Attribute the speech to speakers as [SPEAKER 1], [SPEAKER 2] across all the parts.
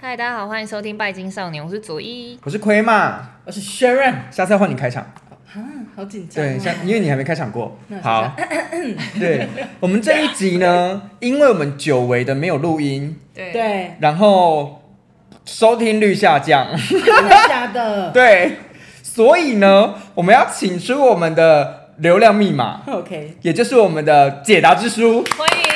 [SPEAKER 1] 嗨，大家好，欢迎收听《拜金少年》，我是左一。
[SPEAKER 2] 我是亏嘛，
[SPEAKER 3] 我是 Sharon，
[SPEAKER 2] 下次要换你开场。
[SPEAKER 3] 啊，好紧张、哦。
[SPEAKER 2] 对，下因为你还没开场过
[SPEAKER 3] 那。
[SPEAKER 2] 好，对，我们这一集呢，因为我们久违的没有录音，
[SPEAKER 1] 对
[SPEAKER 3] 对，
[SPEAKER 2] 然后收听率下降，
[SPEAKER 3] 真的假的
[SPEAKER 2] 对，所以呢，我们要请出我们的流量密码，
[SPEAKER 3] ？OK，
[SPEAKER 2] 也就是我们的解答之书。
[SPEAKER 1] 欢迎。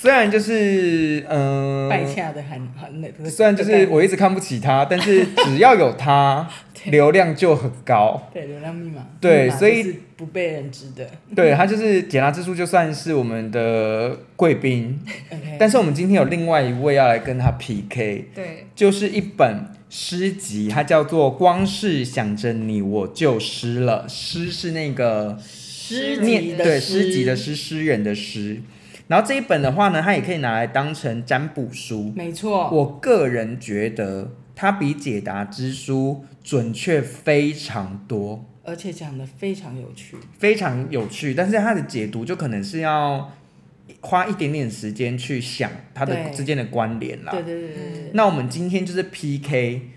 [SPEAKER 2] 虽然就是嗯。
[SPEAKER 3] 拜恰的韩韩那个，
[SPEAKER 2] 虽然就是我一直看不起他，但是只要有他，流量就很高。
[SPEAKER 3] 对流量密码，
[SPEAKER 2] 对
[SPEAKER 3] 密码
[SPEAKER 2] 所以
[SPEAKER 3] 就是不被人知的。
[SPEAKER 2] 对他就是解答之书，就算是我们的贵宾，
[SPEAKER 3] OK，
[SPEAKER 2] 但是我们今天有另外一位要来跟他 PK，
[SPEAKER 1] 对，
[SPEAKER 2] 就是一本诗集，它叫做《光是想着你我就湿了》，诗是那个
[SPEAKER 3] 诗
[SPEAKER 2] 念
[SPEAKER 3] 集的
[SPEAKER 2] 对诗集的，诗，诗人的诗。然后这一本的话呢，它也可以拿来当成占卜书。
[SPEAKER 3] 没错，
[SPEAKER 2] 我个人觉得它比解答之书准确非常多。
[SPEAKER 3] 而且讲的非常有趣。
[SPEAKER 2] 非常有趣，但是它的解读就可能是要花一点点时间去想它的
[SPEAKER 3] 对
[SPEAKER 2] 之间的关联啦
[SPEAKER 3] 对。对对对对，
[SPEAKER 2] 那我们今天就是 PK，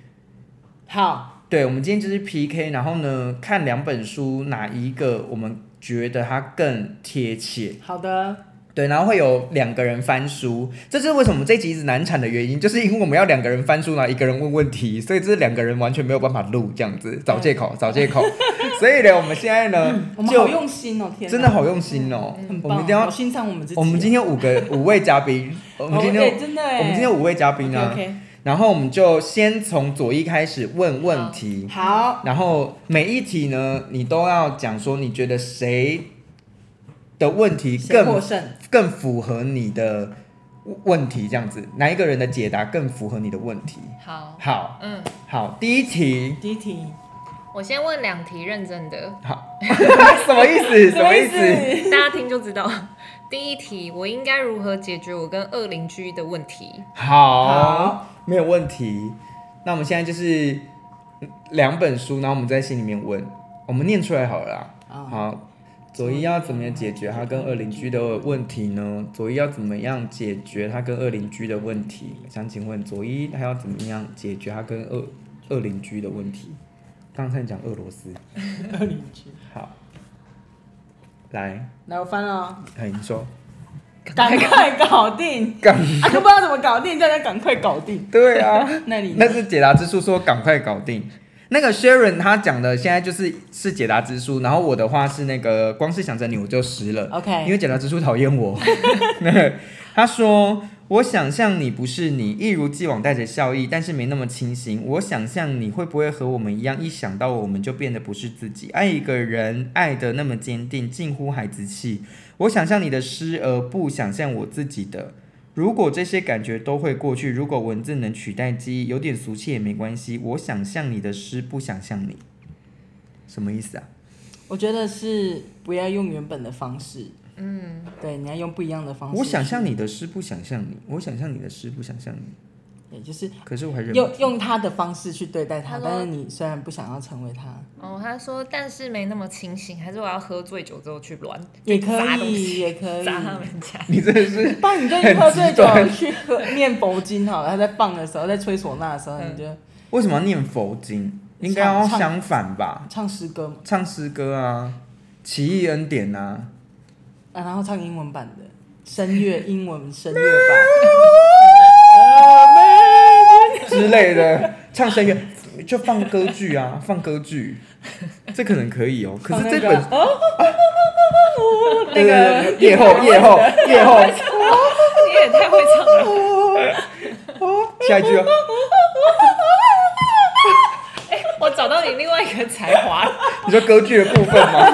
[SPEAKER 3] 好，
[SPEAKER 2] 对，我们今天就是 PK，然后呢，看两本书哪一个我们觉得它更贴切，
[SPEAKER 3] 好的，
[SPEAKER 2] 对，然后会有两个人翻书，这就是为什么我们这一集一直难产的原因，就是因为我们要两个人翻书，然后一个人问问题，所以这两个人完全没有办法录这样子，找借口，找借口。所以呢，我们现在呢，
[SPEAKER 3] 我们好
[SPEAKER 2] 就
[SPEAKER 3] 用心哦，天哪，
[SPEAKER 2] 真的好用心哦、
[SPEAKER 3] 很
[SPEAKER 2] 我
[SPEAKER 3] 棒，
[SPEAKER 2] 们一定要
[SPEAKER 3] 好欣赏我们自己哦。
[SPEAKER 2] 我们今天有五个五位嘉 宾，我们今天有
[SPEAKER 3] 哦对真的，
[SPEAKER 2] 我们今天有五位嘉宾啊，
[SPEAKER 3] OK，
[SPEAKER 2] 然后我们就先从左一开始问问题，
[SPEAKER 3] 好，
[SPEAKER 2] 然后每一题呢，你都要讲说你觉得谁的问题
[SPEAKER 3] 谁获
[SPEAKER 2] 更
[SPEAKER 3] 胜？
[SPEAKER 2] 更符合你的问题，这样子，哪一个人的解答更符合你的问题？
[SPEAKER 1] 好，
[SPEAKER 2] 好
[SPEAKER 1] 嗯，
[SPEAKER 2] 好，第一 题，
[SPEAKER 3] 第一题，
[SPEAKER 1] 我先问两题认真 的，
[SPEAKER 2] 好，什么意思？什么意思？
[SPEAKER 3] 思？
[SPEAKER 1] 大家听就知道。第一题，我应该如何解决我跟恶邻居的问题？
[SPEAKER 2] 好，
[SPEAKER 3] 好
[SPEAKER 2] 没有问题。那我们现在就是两本书，然后我们在心里面问，我们念出来好了啦。
[SPEAKER 3] 啊，
[SPEAKER 2] 好，左一要怎么样解决他跟二邻居的问题呢？左一要怎么样解决他跟二邻居的问题？想请问左一他要怎么样解决他跟二二邻居的问题？刚才讲俄罗斯，
[SPEAKER 3] 二邻居，
[SPEAKER 2] 好，来，
[SPEAKER 3] 来我翻了哦。
[SPEAKER 2] 哎，你说，
[SPEAKER 3] 赶快搞定，
[SPEAKER 2] 赶
[SPEAKER 3] 啊，就不知道怎么搞定，大家赶快搞定。
[SPEAKER 2] 对啊。
[SPEAKER 3] 那你
[SPEAKER 2] 那是解答之书说赶快搞定。那个 Sharon 他讲的现在就是是解答之书，然后我的话是那个光是想着你我就湿了，因
[SPEAKER 3] OK？
[SPEAKER 2] 为解答之书讨厌我。他说我想象你不是你，一如既往带着笑意，但是没那么清醒。我想象你会不会和我们一样，一想到我们就变得不是自己，爱一个人爱的那么坚定，近乎孩子气。我想象你的诗，而不想象我自己的。如果这些感觉都会过去，如果文字能取代记忆，有点俗气也没关系。我想象你的诗，不想象你，什么意思啊？
[SPEAKER 3] 我觉得是不要用原本的方式，嗯，对，你要用不一样的方式。
[SPEAKER 2] 我想象，你的诗，不想象你。我想象你的诗，不想象你。
[SPEAKER 3] 也就是
[SPEAKER 2] 可是我还忍不住
[SPEAKER 3] 用用他的方式去对待他，
[SPEAKER 1] Hello
[SPEAKER 3] 但是你虽然不想要成为他，
[SPEAKER 1] 哦，他说，但是没那么清醒，还是我要喝醉酒之后去乱
[SPEAKER 3] 也
[SPEAKER 1] 砸
[SPEAKER 3] 可
[SPEAKER 1] 东
[SPEAKER 3] 以，
[SPEAKER 1] 西，
[SPEAKER 3] 也可以。
[SPEAKER 1] 砸他们家。
[SPEAKER 2] 你真的是
[SPEAKER 3] 不然你就
[SPEAKER 2] 很
[SPEAKER 3] 去喝
[SPEAKER 2] 极
[SPEAKER 3] 醉
[SPEAKER 2] 端
[SPEAKER 3] 酒去喝 念佛经好了，他在放的时候，在吹唢呐的时候，
[SPEAKER 1] 嗯
[SPEAKER 3] 你就
[SPEAKER 2] 为什么要念佛经？应该要相反吧，
[SPEAKER 3] 唱诗歌嘛，
[SPEAKER 2] 唱诗歌啊，奇异恩典啊。
[SPEAKER 3] 啊，然后唱英文版的声乐，英文声乐版。
[SPEAKER 2] 之类的，唱声乐就放歌剧啊， 放歌剧，这可能可以哦。可是这本啊
[SPEAKER 3] 放那个
[SPEAKER 2] 对
[SPEAKER 3] 那
[SPEAKER 2] 对对夜后夜后夜后，
[SPEAKER 1] 你也太会唱了，
[SPEAKER 2] 下一句哦，
[SPEAKER 1] 我找到你另外一个才华了。
[SPEAKER 2] 你说歌剧的部分吗？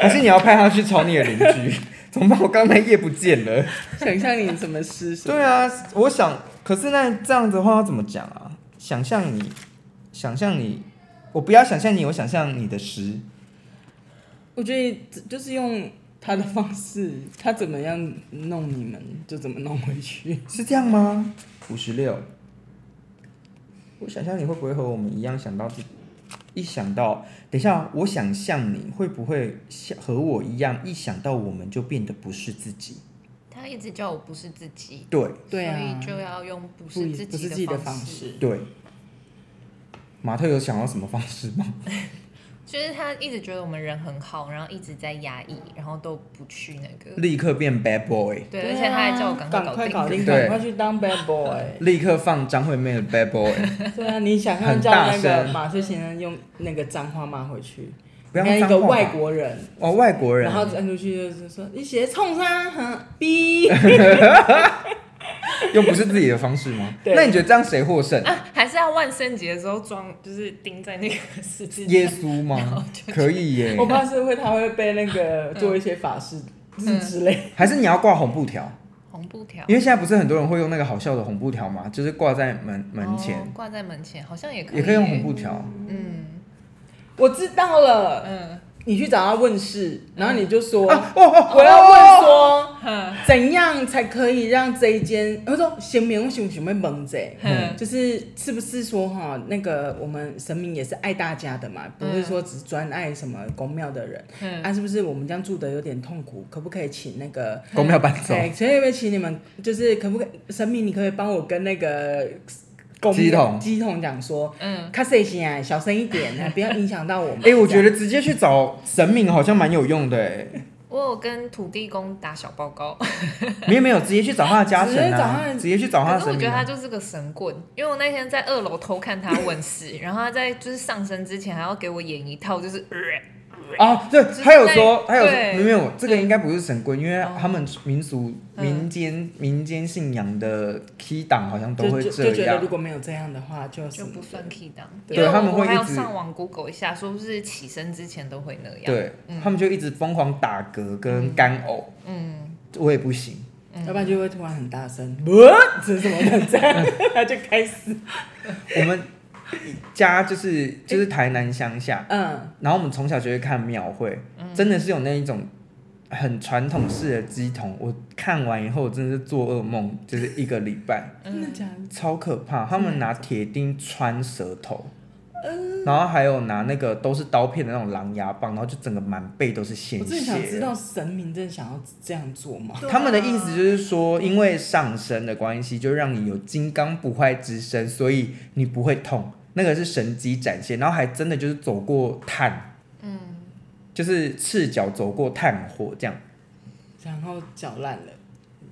[SPEAKER 2] 还是你要派他去吵你的邻居？ 怎么办？我刚才夜不见了。
[SPEAKER 3] 想象你什么诗？
[SPEAKER 2] 对啊，我想，可是那这样子的话要怎么讲啊？想象你，想象你，我不要想象你，我想象你的诗。
[SPEAKER 3] 我觉得就是用他的方式，他怎么样弄你们，就怎么弄回去。
[SPEAKER 2] 是这样吗？五十六。我想象你会不会和我们一样想到自，一想到，等一下，我想象你会不会像和我一样，一想到我们就变得不是自己？
[SPEAKER 1] 他他一直叫我不是自己，
[SPEAKER 2] 对
[SPEAKER 3] 对啊
[SPEAKER 1] 所以就要用不
[SPEAKER 3] 不
[SPEAKER 1] 是
[SPEAKER 3] 一
[SPEAKER 1] 自
[SPEAKER 3] 不
[SPEAKER 1] 己
[SPEAKER 3] 是自己的
[SPEAKER 1] 方
[SPEAKER 3] 方式，
[SPEAKER 2] 对。马特有想到什么方式吗？
[SPEAKER 1] 就是他一直觉得我们人很好，然后一直在压抑，然后都不去那个，
[SPEAKER 2] 立刻变 bad boy，
[SPEAKER 1] 对，而且他还叫我赶
[SPEAKER 3] 啊赶
[SPEAKER 1] 快
[SPEAKER 3] 快
[SPEAKER 1] 搞
[SPEAKER 3] 搞
[SPEAKER 1] 定。
[SPEAKER 3] 定，
[SPEAKER 2] 对
[SPEAKER 3] 赶快去当 bad boy。
[SPEAKER 2] 立刻放张惠妹的 bad boy，
[SPEAKER 3] 对啊，你想看
[SPEAKER 2] 很
[SPEAKER 3] 叫
[SPEAKER 2] 大
[SPEAKER 3] 那个
[SPEAKER 2] 声
[SPEAKER 3] 马斯先生用那个脏话骂回去，
[SPEAKER 2] 不要
[SPEAKER 3] 你看
[SPEAKER 2] 用
[SPEAKER 3] 一
[SPEAKER 2] 脏
[SPEAKER 3] 个
[SPEAKER 2] 话
[SPEAKER 3] 外国人，
[SPEAKER 2] 哦，外国人
[SPEAKER 3] 然，后站出去就是说你写冲啥哼 逼，
[SPEAKER 2] 又不是自己的方式吗？
[SPEAKER 3] 对
[SPEAKER 2] 那你觉得这样谁获胜？
[SPEAKER 1] 啊， 还是要万圣节的时候装，就是钉在那个十字架
[SPEAKER 2] 耶稣吗？可以耶
[SPEAKER 3] 我，怕是会他会被那个做一些法事
[SPEAKER 1] 嗯
[SPEAKER 3] 之类的，
[SPEAKER 2] 还是你要挂红布条？
[SPEAKER 1] 红布条
[SPEAKER 2] 因为现在不是很多人会用那个好笑的红布条嘛，就是挂在门门前，
[SPEAKER 1] 哦挂在门前，好像也可以，
[SPEAKER 2] 也可以用红布。条。
[SPEAKER 1] 嗯
[SPEAKER 3] 我知道了，
[SPEAKER 1] 嗯，
[SPEAKER 3] 你去找他问事，然后你就说
[SPEAKER 2] 啊哦哦，
[SPEAKER 3] 我要问
[SPEAKER 2] 哦
[SPEAKER 3] 说
[SPEAKER 1] 哼
[SPEAKER 3] 怎样才可以让这一间，他说神明我想想要问者。嗯
[SPEAKER 1] 哼，
[SPEAKER 3] 就是是不是说哈，那个我们神明也是爱大家的嘛，不
[SPEAKER 1] 嗯
[SPEAKER 3] 是说只专爱什么宫庙的人、
[SPEAKER 1] 嗯
[SPEAKER 3] 啊？是不是我们这样住的有点痛苦？可不可以请那个？
[SPEAKER 2] 公庙搬走，
[SPEAKER 3] 哎，所以要不要请你们？就是可不可以神明，你可不可以帮我跟那个公
[SPEAKER 2] 鸡童
[SPEAKER 3] 鸡童讲说，
[SPEAKER 1] 嗯，
[SPEAKER 3] 卡塞西啊，小声一点啊，不要影响到我们。
[SPEAKER 2] 哎、我觉
[SPEAKER 3] 得
[SPEAKER 2] 得直接去找神明好像蛮有用的哎，
[SPEAKER 1] 我有跟土地公打小报告，
[SPEAKER 2] 哦没有没有，直接去找他的家神啊，直
[SPEAKER 3] 直
[SPEAKER 2] 接去找他
[SPEAKER 1] 可
[SPEAKER 2] 的
[SPEAKER 1] 是我
[SPEAKER 2] 神
[SPEAKER 1] 觉
[SPEAKER 2] 明
[SPEAKER 1] 得他
[SPEAKER 2] 啊、
[SPEAKER 1] 就是个神棍，因为我那天在二楼偷看他问世，然后他在就是上身之前还要给我演一套，就是、呃
[SPEAKER 2] 啊，对，
[SPEAKER 1] 是
[SPEAKER 2] 他有说，他有说，
[SPEAKER 1] 对
[SPEAKER 2] 没有没有，这个
[SPEAKER 1] 嗯
[SPEAKER 2] 应该不是神棍，因为
[SPEAKER 1] 哦
[SPEAKER 2] 他们民俗、
[SPEAKER 1] 嗯
[SPEAKER 2] 民间、民间信仰的 key 档好像都
[SPEAKER 3] 就
[SPEAKER 2] 会
[SPEAKER 3] 就
[SPEAKER 2] 这
[SPEAKER 3] 就觉得
[SPEAKER 2] 样
[SPEAKER 3] 如。果没有这样的话，就
[SPEAKER 1] 就是不算 key 档。
[SPEAKER 2] 对
[SPEAKER 1] 因为我
[SPEAKER 2] 他们会
[SPEAKER 1] 我还要
[SPEAKER 2] 一直
[SPEAKER 1] 上网 Google 一下，说不是起身之前都会那样。，
[SPEAKER 2] 对、
[SPEAKER 1] 嗯
[SPEAKER 2] 他们就一直疯狂打嗝跟干呕，
[SPEAKER 1] 嗯，
[SPEAKER 2] 我也不行。
[SPEAKER 3] 要不然就会突然很大声，哇这是什么人这样，他就开始，
[SPEAKER 2] 我们家就是就是台南乡下，
[SPEAKER 3] 嗯，
[SPEAKER 2] 然后我们从小就会看庙会，真的是有那一种很传统式的鸡童。我看完以后，我真的是做噩梦，就是一个礼拜，
[SPEAKER 3] 真的假的？
[SPEAKER 2] 超可怕。他们拿
[SPEAKER 3] 嗯
[SPEAKER 2] 铁钉穿舌头，然后还有拿那个都是刀片的那种狼牙棒，然后就整个满背都是鲜
[SPEAKER 3] 我真的想知
[SPEAKER 2] 血。
[SPEAKER 3] 道神明真的想要这样做吗？
[SPEAKER 2] 他们的意思就是说，因为上身的关系，就让你有金刚不坏之身，所以你不会痛。那个是神机展现，然后还真的就是走过炭，
[SPEAKER 1] 嗯，
[SPEAKER 2] 就是赤脚走过炭火这样。
[SPEAKER 3] 然后搅烂了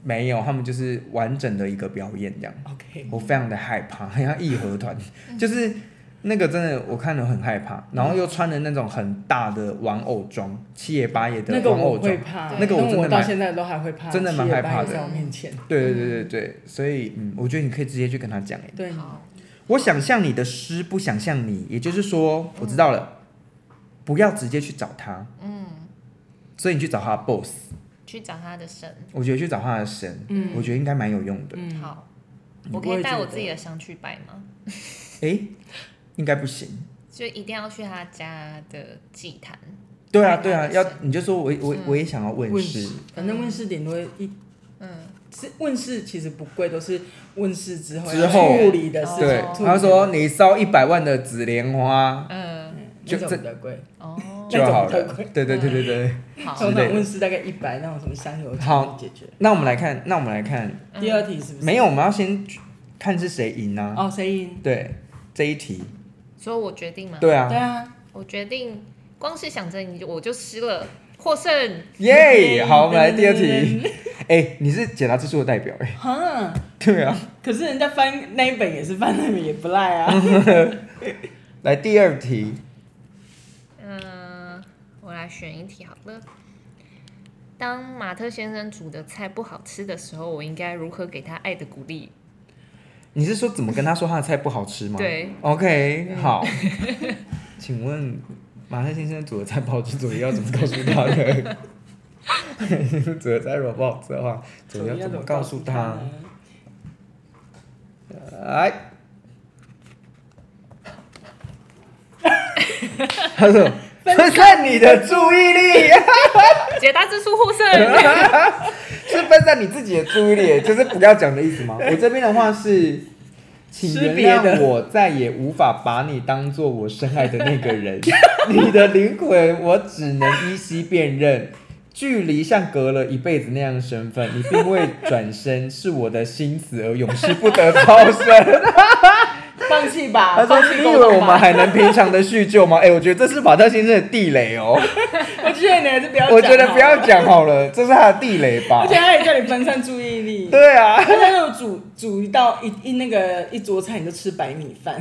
[SPEAKER 2] 没有，他们就是完整的一个表演这样。
[SPEAKER 3] ，OK，
[SPEAKER 2] 我非常的害怕，很像义和团，
[SPEAKER 3] 嗯
[SPEAKER 2] 就是那个真的我看了很害怕，然后又穿的那种很大的玩偶装，七爷八爷的
[SPEAKER 3] 那个
[SPEAKER 2] 玩
[SPEAKER 3] 我
[SPEAKER 2] 偶装
[SPEAKER 3] 会。怕，
[SPEAKER 2] 那个我真的
[SPEAKER 3] 我到
[SPEAKER 2] 蛮
[SPEAKER 3] 现在都还会怕，
[SPEAKER 2] 真的蛮害怕的嗯
[SPEAKER 3] 七爷八爷在我面前，
[SPEAKER 2] 对对对对对，所以嗯，我觉得你可以直接去跟他讲哎，
[SPEAKER 3] 对，
[SPEAKER 1] 好，
[SPEAKER 2] 我想象你的诗，不想象你，也就是说，我知道了，不要直接去找他，
[SPEAKER 1] 嗯，
[SPEAKER 2] 所以你去找他的 boss，
[SPEAKER 1] 去找他的神。
[SPEAKER 2] 我觉得去找他的神，
[SPEAKER 3] 嗯
[SPEAKER 2] 我觉得应该蛮有用的，
[SPEAKER 3] 嗯，
[SPEAKER 1] 好，
[SPEAKER 3] 嗯
[SPEAKER 1] 我
[SPEAKER 3] 我
[SPEAKER 1] 可以
[SPEAKER 3] 也
[SPEAKER 1] 带
[SPEAKER 3] 觉
[SPEAKER 1] 我
[SPEAKER 3] 得
[SPEAKER 1] 自己的香去拜吗？
[SPEAKER 2] 哎，应该不行。
[SPEAKER 1] 就一定要去他家的祭坛。
[SPEAKER 2] 对啊，对啊，
[SPEAKER 1] 拜他
[SPEAKER 2] 要
[SPEAKER 1] 的神
[SPEAKER 2] 你就说我我
[SPEAKER 1] 嗯
[SPEAKER 2] 我也想要问
[SPEAKER 3] 问
[SPEAKER 2] 世
[SPEAKER 3] 世，，反正问世顶多一
[SPEAKER 1] 嗯，
[SPEAKER 3] 是问世其实不贵，都是问世之后
[SPEAKER 2] 之
[SPEAKER 3] 要
[SPEAKER 2] 后
[SPEAKER 3] 处理的事情。
[SPEAKER 2] 对
[SPEAKER 1] 哦，
[SPEAKER 3] 处理
[SPEAKER 2] 他
[SPEAKER 3] 的
[SPEAKER 2] 说你烧一百万的紫莲花
[SPEAKER 1] 嗯，
[SPEAKER 3] 嗯
[SPEAKER 2] 就
[SPEAKER 3] 那种
[SPEAKER 2] 这
[SPEAKER 3] 比较贵，
[SPEAKER 1] 哦，
[SPEAKER 2] 就好
[SPEAKER 3] 嗯那
[SPEAKER 2] 了
[SPEAKER 3] 种嗯比较贵。
[SPEAKER 2] 对对对对对。
[SPEAKER 1] 好，
[SPEAKER 3] 通
[SPEAKER 2] 之类的
[SPEAKER 3] 常问世大概一百，那种什么香油钱
[SPEAKER 2] 好
[SPEAKER 3] 解决。
[SPEAKER 2] 那我们来看，那我们来看，
[SPEAKER 1] 嗯
[SPEAKER 3] 第二题是不是
[SPEAKER 2] 没有，我们要先看是谁赢啊？
[SPEAKER 3] 哦，谁赢？
[SPEAKER 2] 对，这一题，
[SPEAKER 1] 所以我决定嘛，
[SPEAKER 2] 对啊
[SPEAKER 3] 对，啊，
[SPEAKER 1] 我决定，光是想着你，我就湿了，获胜。
[SPEAKER 2] 耶！好，我们来第二题。哎，你是解答之书的代表哎。
[SPEAKER 3] 哈，
[SPEAKER 2] 对啊，
[SPEAKER 3] 可是人家翻那一本也是翻那一本也不赖啊。
[SPEAKER 2] 嗯来第二题，
[SPEAKER 1] 嗯、我来选一题好了。当马特先生煮的菜不好吃的时候，我应该如何给他爱的鼓励？
[SPEAKER 2] 你是说怎么跟他说他的菜不好吃吗？
[SPEAKER 1] 对，
[SPEAKER 2] ，OK，好。 请问马太先生煮的菜不好吃，左一要怎么告诉他 的？煮的菜如果不好吃的话，左一要怎么告诉他？
[SPEAKER 3] 嗯
[SPEAKER 2] 哎，他说分散你的注意力，
[SPEAKER 1] 解答之书获胜。
[SPEAKER 2] 是分散你自己的注意力，就是不要讲的意思 吗？我这边的话是，请
[SPEAKER 3] 识
[SPEAKER 2] 原
[SPEAKER 3] 别的
[SPEAKER 2] 谅我再也无法把你当做 我深爱的那个人，你的灵魂我只能依稀辨认。距离像隔了一辈子那样的身份，你并未转身，是我的心死而永世不得超生。
[SPEAKER 3] 放弃吧，
[SPEAKER 2] 他说
[SPEAKER 3] 放：“
[SPEAKER 2] 你
[SPEAKER 3] 弃
[SPEAKER 2] 以
[SPEAKER 3] 沟
[SPEAKER 2] 为
[SPEAKER 3] 通
[SPEAKER 2] 我们
[SPEAKER 3] 吧。
[SPEAKER 2] 还能平常的叙 旧吗？”哎、我觉得这是马特先生的地雷哦，
[SPEAKER 3] 我觉得你还是不要，
[SPEAKER 2] 我觉得不要，讲好了，这是他的地雷吧
[SPEAKER 3] 而且？他也叫你分散注意力。
[SPEAKER 2] 对啊，
[SPEAKER 3] 他那种煮煮一道一一那个一桌菜，你就吃白米 饭，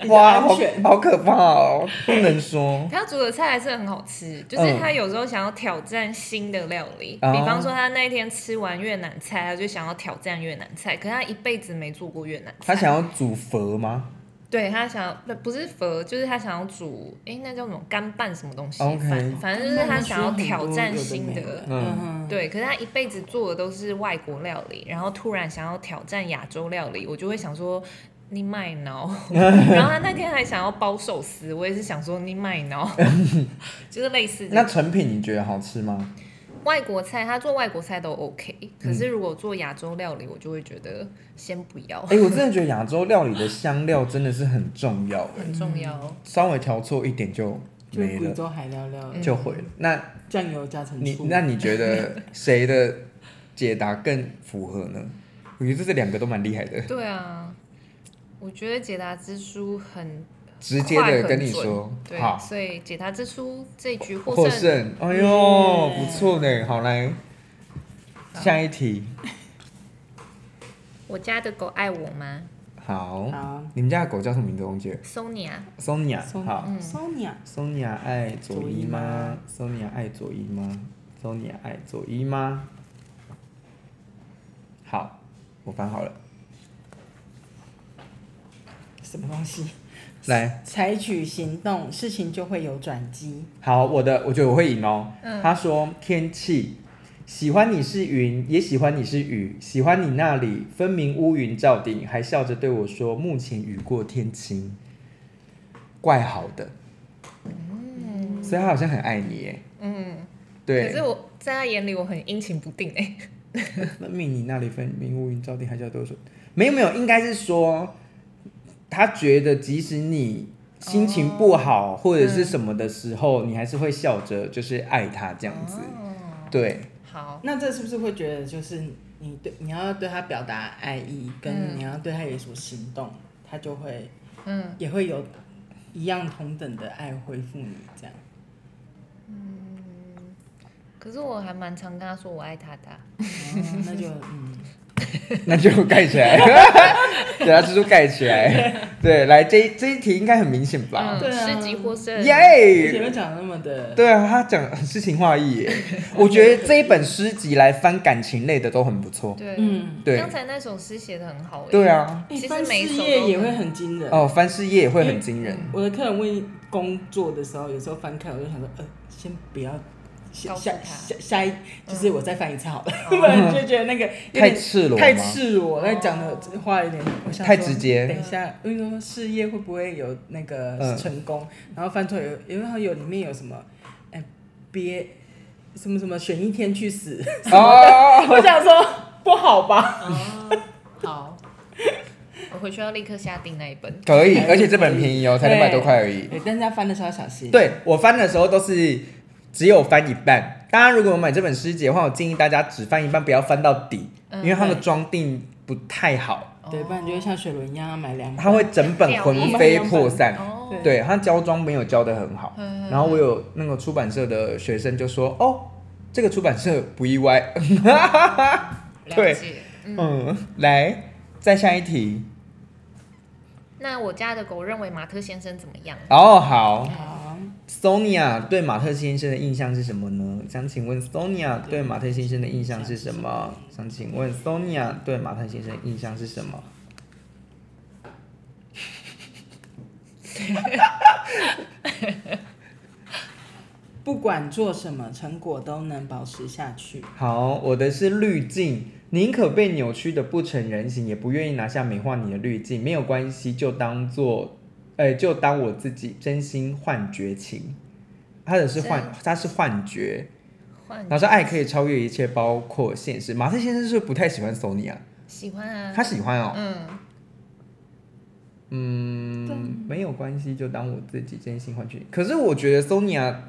[SPEAKER 3] 比较
[SPEAKER 2] 哇，
[SPEAKER 3] 安
[SPEAKER 2] 好
[SPEAKER 3] 全。
[SPEAKER 2] 好可怕哦，不能说。
[SPEAKER 1] 他煮的菜还是很好吃，就是
[SPEAKER 2] 嗯
[SPEAKER 1] 他有时候想要挑战新的料理，
[SPEAKER 2] 哦
[SPEAKER 1] 比方说他那一天吃完越南菜，他就想要挑战越南菜，可是他一辈子没做过越南菜。
[SPEAKER 2] 他想要煮佛吗
[SPEAKER 1] 对他想要不不是佛，就是他想要煮，哎、那叫什么干拌什么东西
[SPEAKER 2] OK
[SPEAKER 1] 反反正就是他想要挑战新
[SPEAKER 3] 有的
[SPEAKER 1] 的。
[SPEAKER 3] 没的嗯，
[SPEAKER 1] 对，可是他一辈子做的都是外国料理，然后突然想要挑战亚洲料理，我就会想说你卖 脑。然后他那天还想要包寿司，我也是想说你卖 脑，就是类似这
[SPEAKER 2] 那
[SPEAKER 1] 种
[SPEAKER 2] 成品你觉得好吃吗？
[SPEAKER 3] 嗯
[SPEAKER 1] 外国菜，他做外国菜都 OK，可
[SPEAKER 2] 嗯
[SPEAKER 1] 是如果做亚洲料理，我就会觉得先不要，
[SPEAKER 2] 哎、我真的觉得亚洲料理的香料真的是很重要，
[SPEAKER 1] 很重要哦。
[SPEAKER 2] 稍微调错一点就
[SPEAKER 3] 就嗯
[SPEAKER 2] 没
[SPEAKER 3] 贵
[SPEAKER 2] 了，
[SPEAKER 3] 州海料料，
[SPEAKER 2] 就毁了。那
[SPEAKER 3] 酱油加成
[SPEAKER 2] 你
[SPEAKER 3] 醋。
[SPEAKER 2] 那你觉 得谁的解答更符合呢？我觉得这两个都蛮厉害的，
[SPEAKER 1] 对啊，我觉得解答之书很
[SPEAKER 2] 直接的跟你
[SPEAKER 1] 快很
[SPEAKER 2] 说
[SPEAKER 1] 准，对，
[SPEAKER 2] 好，
[SPEAKER 1] 所以解答之书这局
[SPEAKER 2] 获
[SPEAKER 1] 获胜。
[SPEAKER 2] 胜，哎呦，
[SPEAKER 3] 耶
[SPEAKER 2] 不错呢，好来，下一题，
[SPEAKER 1] 我家的狗爱我吗
[SPEAKER 2] 好，
[SPEAKER 3] 好
[SPEAKER 2] 你们家的狗叫什么名字？忘记了
[SPEAKER 1] ？Sonia，
[SPEAKER 2] ，Sonia，
[SPEAKER 3] 松
[SPEAKER 2] 好
[SPEAKER 3] 嗯，Sonia，
[SPEAKER 2] ，Sonia 爱左一吗？Sonia 爱左一吗？Sonia 爱左一吗？好，我翻好了，
[SPEAKER 3] 什么东西？
[SPEAKER 2] 来，
[SPEAKER 3] 采取行动，事情就会有转机。
[SPEAKER 2] 好，我的，我觉得我会赢哦。
[SPEAKER 1] 嗯
[SPEAKER 2] 他说天气，喜欢你是云，也喜欢你是雨，喜欢你那里分明乌云罩顶，还笑着对我说目前雨过天晴，怪好的。所以他好像很爱你耶。
[SPEAKER 1] 嗯，可
[SPEAKER 2] 对
[SPEAKER 1] 是，我在他眼里我很阴晴不定哎、
[SPEAKER 2] 分明你那里分明乌云罩顶，还笑着对我说，没有没有，应该是说他觉得即使你。心情不好、或者是什么的时候，你还是会笑着，就是爱他这样子，
[SPEAKER 1] 哦，
[SPEAKER 2] 对。
[SPEAKER 1] 好，
[SPEAKER 3] 那这是不是会觉得就是你对你要对他表达爱意，跟
[SPEAKER 1] 嗯
[SPEAKER 3] 你要对他有所行动，他就会
[SPEAKER 1] 嗯，
[SPEAKER 3] 也会有一样同等的爱回复你这样。
[SPEAKER 1] 可是我还蛮常跟他说我爱他的啊、
[SPEAKER 3] 哦那就嗯，
[SPEAKER 2] 那就盖 起来，给他蜘蛛盖起来。对，来这一这一题应该很明显吧？
[SPEAKER 1] 嗯，
[SPEAKER 3] 对啊
[SPEAKER 1] 十级获胜，
[SPEAKER 3] 你前
[SPEAKER 2] 耶！
[SPEAKER 3] 面讲得那么的，
[SPEAKER 2] 对啊，他讲得很诗情画意耶。我觉得这一本诗集来翻感情类的都很不错。
[SPEAKER 1] 对，
[SPEAKER 3] 嗯，
[SPEAKER 2] 对
[SPEAKER 1] 刚，才那首诗写的很好哎、
[SPEAKER 2] 对，啊，
[SPEAKER 1] 其实
[SPEAKER 3] 翻事
[SPEAKER 1] 每一首
[SPEAKER 3] 业
[SPEAKER 1] 都
[SPEAKER 3] 也
[SPEAKER 1] 很
[SPEAKER 3] 会很惊人。
[SPEAKER 2] 哦，翻事业也会很惊人。
[SPEAKER 3] 我的客人问工作的时候，有时候翻看我就想说，呃，先不要。下
[SPEAKER 1] 告诉
[SPEAKER 3] 下
[SPEAKER 1] 他
[SPEAKER 3] 下下一就是我再翻一次好了，
[SPEAKER 1] 哦
[SPEAKER 3] 不然就觉得那个 有
[SPEAKER 2] 太
[SPEAKER 3] 点
[SPEAKER 2] 赤裸
[SPEAKER 3] 太
[SPEAKER 2] 吗？
[SPEAKER 3] 赤裸，那讲的话有点，我想
[SPEAKER 2] 太
[SPEAKER 3] 说
[SPEAKER 2] 直接
[SPEAKER 3] 等一下，因为说事业会不会有那个
[SPEAKER 2] 嗯
[SPEAKER 3] 成功，然后翻出来有，因为它有里面有什么，哎、别什么什么选一天去死，
[SPEAKER 2] 哦，
[SPEAKER 3] 我想说不好吧？
[SPEAKER 1] 哦，好，我回去要立刻下订那一本。
[SPEAKER 2] 可以，而且这本很便宜哦，才
[SPEAKER 3] 对
[SPEAKER 2] 两百多块而已。
[SPEAKER 3] 对，但是他翻的时候要小心。，
[SPEAKER 2] 对我翻的时候都是只有翻一半。大家如果有买这本诗集的话，我建议大家只翻一半，不要翻到底，
[SPEAKER 1] 嗯
[SPEAKER 2] 因为它的装订不太好，
[SPEAKER 3] 对，不然你就会像雪伦一样要买
[SPEAKER 1] 嗯
[SPEAKER 3] 两本。
[SPEAKER 2] 它会整本魂飞魄散。
[SPEAKER 1] 哦，
[SPEAKER 3] 对
[SPEAKER 2] 对，它胶装没有胶的很好。
[SPEAKER 1] 嗯
[SPEAKER 2] 然后我有那个出版社的学生就说：“哦，这个出版社不意外。 对
[SPEAKER 1] 了解。”嗯，
[SPEAKER 2] 嗯，来，再下一题。
[SPEAKER 1] 那我家的狗认为马特先生怎么样？
[SPEAKER 2] 哦，好
[SPEAKER 3] 好，
[SPEAKER 2] ，Sonia 对马特先生的印象是什么呢？想请问 Sonia 对马特先生的印象是什么？想请问 Sonia 对马特先生的印象是什么？
[SPEAKER 3] 不管做什么，成果都能保持下去。
[SPEAKER 2] 好，我的是滤镜，宁可被扭曲的不成人形，也不愿意拿下美化你的滤镜。没有关系，就当做，哎、就当我自己真心幻觉情。他的是幻
[SPEAKER 1] 真，
[SPEAKER 2] 他是幻觉。
[SPEAKER 1] 换
[SPEAKER 2] 然后说爱可以超越一切，包括现实。马特先生是不是不太喜欢索尼啊？
[SPEAKER 1] 喜欢啊，
[SPEAKER 2] 他喜欢哦。
[SPEAKER 1] 嗯，
[SPEAKER 2] 嗯，没有关系，就当我自己真心幻觉。可是我觉得索尼啊，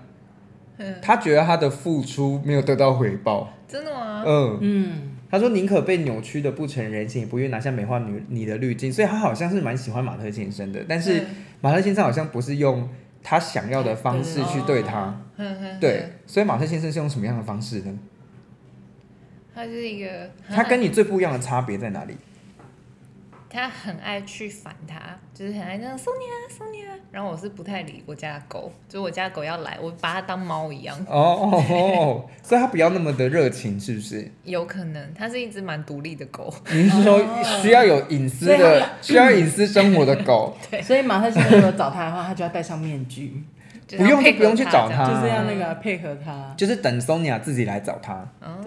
[SPEAKER 1] 嗯，
[SPEAKER 2] 他觉得他的付出没有得到回报。
[SPEAKER 1] 真的吗？
[SPEAKER 2] 嗯，
[SPEAKER 3] 嗯，
[SPEAKER 2] 他说宁可被扭曲的不成人性，也不愿拿下美化女你的滤镜。所以他好像是蛮喜欢马特先生的，但
[SPEAKER 1] 嗯
[SPEAKER 2] 是马特先生好像不是用他想要的方式去对他。
[SPEAKER 1] 嗯哼哼
[SPEAKER 2] 对，，所以马特先生是用什么样的方式呢？
[SPEAKER 1] 他是一个，
[SPEAKER 2] 他跟你最不一样的差别在哪里？
[SPEAKER 1] 他很爱去烦他，就是很爱那样送你啊送你啊。然后我是不太理我家的狗，就是我家的狗要来，我把它当猫一样。
[SPEAKER 2] 哦哦哦，所以他不要那么的热情，是不是？
[SPEAKER 1] 有可能，它是一只蛮独立的狗。
[SPEAKER 2] 你是说需要有隐私
[SPEAKER 3] 所以
[SPEAKER 2] 的、需要隐私生活的狗？
[SPEAKER 3] 所以马特先生如果找他的话，他就要戴上面 具，
[SPEAKER 1] 是要
[SPEAKER 2] 不用
[SPEAKER 1] 配合
[SPEAKER 2] 就不用去找它
[SPEAKER 1] 这样
[SPEAKER 3] 就是要那个配合他。
[SPEAKER 2] 就是等 Sonia 自己来找他，
[SPEAKER 1] 哦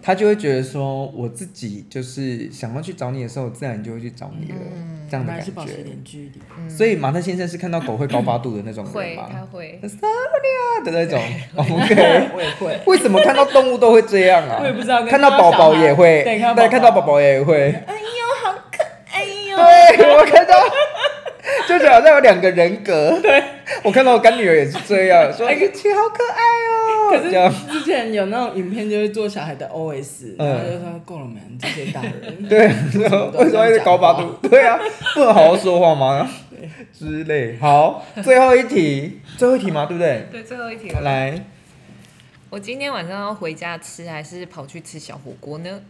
[SPEAKER 2] 他就会觉得说，我自己就是想要去找你的时候，自然就会去找你了，
[SPEAKER 1] 嗯
[SPEAKER 2] 这
[SPEAKER 3] 我
[SPEAKER 2] 样
[SPEAKER 3] 们
[SPEAKER 2] 的
[SPEAKER 3] 还
[SPEAKER 2] 感
[SPEAKER 3] 是保持一
[SPEAKER 2] 觉。
[SPEAKER 3] 点嗯距离。
[SPEAKER 2] 所以马特先生是看到狗会高八度的那种人
[SPEAKER 1] 会，
[SPEAKER 2] 吗
[SPEAKER 1] 它会。
[SPEAKER 2] ？Sonia 的那种，OK？
[SPEAKER 3] 我也会，
[SPEAKER 2] 为什么看到动物都会这样
[SPEAKER 3] 我也
[SPEAKER 2] 啊？
[SPEAKER 3] 不知道。
[SPEAKER 2] 看到宝宝也会，
[SPEAKER 3] 对，看
[SPEAKER 2] 对，看到宝，宝也会。
[SPEAKER 1] 哎呦，
[SPEAKER 2] 对，我看到， 就是好像有两个人格。对，我看到我干女儿也是这样，说：“哎，雨琪好可爱哦。”
[SPEAKER 3] 可是
[SPEAKER 2] 这样，
[SPEAKER 3] 之前有那种影片，就是做小孩的 OS，
[SPEAKER 2] 嗯
[SPEAKER 3] 然后就说够了没，这些大 人。
[SPEAKER 2] 对，然后为什么一直高八度？对啊，不能好好说话吗？之类。好，最后一题，最后一题嘛，对不对？
[SPEAKER 1] 对，最后一题了。
[SPEAKER 2] 来，
[SPEAKER 1] 我今天晚上要回家吃，还是跑去吃小火锅呢？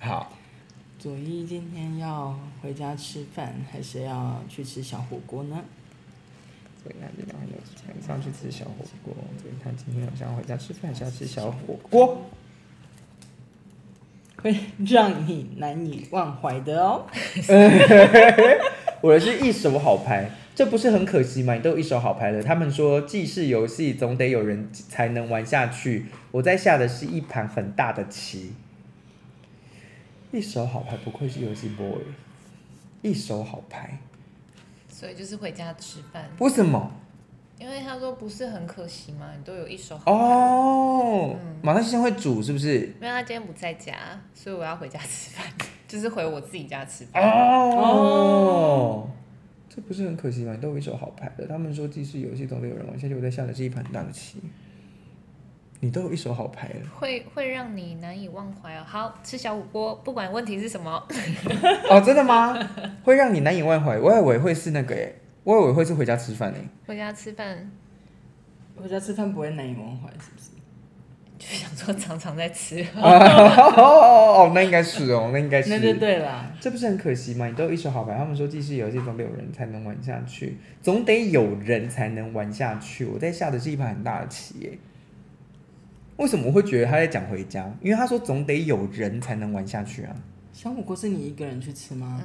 [SPEAKER 2] 好，
[SPEAKER 3] 左一今天要回家吃饭，还是要去吃小火锅呢？
[SPEAKER 2] 所以他今天晚上有晚上去吃小火锅，所以他今天晚上回家吃饭是要吃小火锅。
[SPEAKER 3] 会让你难以忘怀的哦。
[SPEAKER 2] 我的是一手好牌，这不是很可惜吗？你都有一手好牌了。他们说，既是游戏，总得有人才能玩下去。我在下的是一盘很大的棋，一手好牌不愧是游戏 boy，一手好牌，
[SPEAKER 1] 所以就是回家吃饭，
[SPEAKER 2] 为什么？
[SPEAKER 1] 因为他说不是很可惜嘛，你都有一手好牌。
[SPEAKER 2] 哦，马上先会煮是不是？
[SPEAKER 1] 因为他今天不在家，所以我要回家吃饭， 就是回我自己家吃饭。
[SPEAKER 2] 哦。这不是很可惜吗？你都有一手好牌了。他们说，既是游戏，总得有人玩下去。我在下的是一盘很大的棋，你都有一手好牌了。
[SPEAKER 1] 会会让你难以忘怀哦。好吃小火锅，不管问题是什么，
[SPEAKER 2] 哦，真的吗？会让你难以忘怀。我以为会是那个诶，我以为会是回家吃饭诶。
[SPEAKER 1] 回家吃饭
[SPEAKER 3] 回家吃饭不会难以忘怀，是不是？
[SPEAKER 1] 就想说常常在吃，
[SPEAKER 2] 哦哦，那应该是哦，那应该是。
[SPEAKER 3] 那就对啦。
[SPEAKER 2] 这不是很可惜吗？你都有一手好牌，他们说既是游戏，总得有人才能玩下去，总得有人才能玩下去。我在下的是一盘很大的棋耶。为什么我会觉得他在讲回家？因为他说总得有人才能玩下去啊，
[SPEAKER 3] 小火锅是你一个人去吃吗？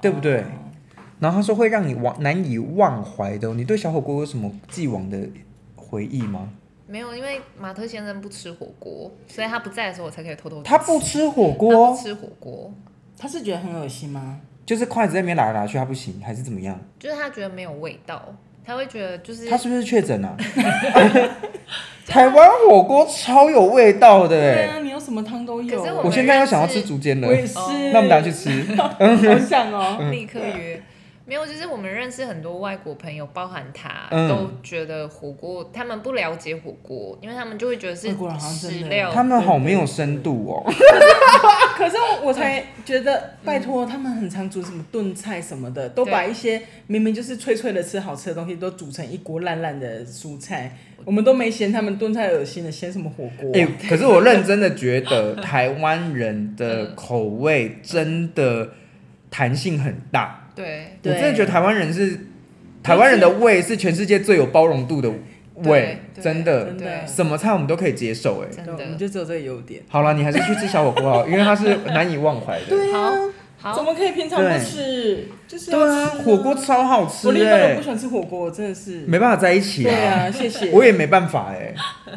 [SPEAKER 2] 对不对？
[SPEAKER 3] 哦
[SPEAKER 2] 然后他说会让你忘难以忘怀的哦、你对小火锅有什么既往的回忆吗？
[SPEAKER 1] 没有，因为马特先生不吃火锅，所以他不在的时候我才可以偷偷去
[SPEAKER 2] 他不吃火
[SPEAKER 1] 吃他不
[SPEAKER 2] 锅，哦
[SPEAKER 1] 吃火锅，
[SPEAKER 3] 他是觉得很恶心吗？
[SPEAKER 2] 就是筷子在那边拿来拿去，他不行，还是怎么样？
[SPEAKER 1] 就是他觉得没有味道，他会觉得就是
[SPEAKER 2] 他是不是确诊啊？ 台湾火锅超有味道的
[SPEAKER 3] 对
[SPEAKER 2] 欸，
[SPEAKER 3] 啊，你有什么汤都有。
[SPEAKER 1] 可是
[SPEAKER 2] 我
[SPEAKER 1] 们
[SPEAKER 2] 现在又想要吃竹间了
[SPEAKER 3] 我，也是。
[SPEAKER 1] 哦
[SPEAKER 2] 那我们等下去吃。
[SPEAKER 3] 好想哦。
[SPEAKER 2] 嗯
[SPEAKER 1] 立刻约。没有，就是我们认识很多外国朋友，包含他，
[SPEAKER 2] 嗯
[SPEAKER 1] 都觉得火锅，他们不了解火锅，因为他们就会觉得是
[SPEAKER 3] 外国人好像真的
[SPEAKER 1] 食料
[SPEAKER 2] 他们好没有深度哦，
[SPEAKER 3] 可是我才觉得，拜托，他们很常煮什么炖菜什么的，都把一些明明就是脆脆的吃好吃的东西，都煮成一锅烂烂的蔬菜。我们都没嫌他们炖菜恶心的，嫌什么火锅？
[SPEAKER 2] 哎、可是我认真的觉得台湾人的口味真的弹性很大，
[SPEAKER 1] 对
[SPEAKER 2] 我
[SPEAKER 3] 对
[SPEAKER 2] 真的觉得台湾人是台湾人的胃是全世界最有包容度的胃，
[SPEAKER 1] 对对
[SPEAKER 2] 真的
[SPEAKER 3] 真
[SPEAKER 1] 对
[SPEAKER 3] 的，
[SPEAKER 2] 什么菜我们都可以接受哎。
[SPEAKER 1] 真
[SPEAKER 3] 对，我们
[SPEAKER 1] 的
[SPEAKER 3] 就只有这个优点。
[SPEAKER 2] 好了，你还是去吃小火锅好，因为它是难以忘怀的。
[SPEAKER 3] 啊
[SPEAKER 2] 对啊
[SPEAKER 1] 好
[SPEAKER 3] 怎
[SPEAKER 1] 好，
[SPEAKER 3] 么可以平常
[SPEAKER 2] 对
[SPEAKER 3] 不吃？就是要
[SPEAKER 2] 啊，
[SPEAKER 3] 吃
[SPEAKER 2] 火锅超好吃
[SPEAKER 3] 我另一半都
[SPEAKER 2] 哎、
[SPEAKER 3] 不喜欢吃火锅，我真的是。
[SPEAKER 2] 没办法在一起
[SPEAKER 3] 对啊，谢谢。
[SPEAKER 2] 我也没办法哎、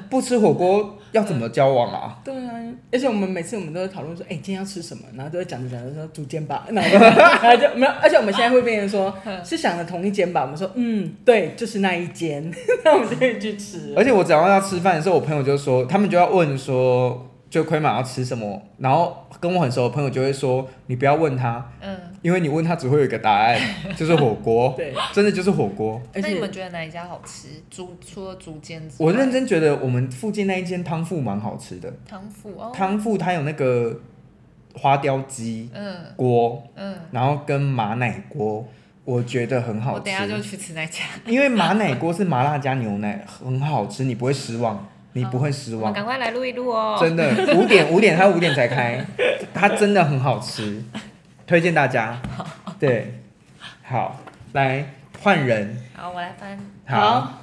[SPEAKER 2] 不吃火锅要怎么交往啊？
[SPEAKER 3] 对啊，而且我们每次我们都会讨论说，哎、今天要吃什么，然后都会讲着讲着说煮煎吧，然后 然后就没有，而且我们现在会变成说
[SPEAKER 1] 嗯
[SPEAKER 3] 是想的同一间吧，我们说嗯，对，就是那一 间，那我们就会去吃。
[SPEAKER 2] 而且我只要要吃饭的时候，我朋友就说，他们就要问说，就亏马要吃什么，然后跟我很熟的朋友就会说，你不要问他，
[SPEAKER 1] 嗯，
[SPEAKER 2] 因为你问他只会有一个答 案，就是火锅，
[SPEAKER 3] 对，
[SPEAKER 2] 真的就是火锅。
[SPEAKER 3] 而
[SPEAKER 1] 那你
[SPEAKER 3] 且
[SPEAKER 1] 们觉得哪一家好吃？竹除了竹间之外，
[SPEAKER 2] 我认真觉得我们附近那一间汤富蛮好吃的，
[SPEAKER 1] 汤富哦，
[SPEAKER 2] 汤富它有那个花雕鸡
[SPEAKER 1] 嗯
[SPEAKER 2] 锅，
[SPEAKER 1] 嗯，
[SPEAKER 2] 然后跟麻奶锅，我觉得很
[SPEAKER 1] 我
[SPEAKER 2] 好吃
[SPEAKER 1] 等一。下就去吃那家，
[SPEAKER 2] 因为麻奶锅是麻辣加牛奶，很好吃，你不会失望，你不会失
[SPEAKER 1] 我
[SPEAKER 2] 望
[SPEAKER 1] 们，赶快来录一录哦。
[SPEAKER 2] 真的。五点五点，它五点才开，它真的很好吃，推荐大家。对，好，来换人，
[SPEAKER 1] 好，我来翻，
[SPEAKER 2] 好，，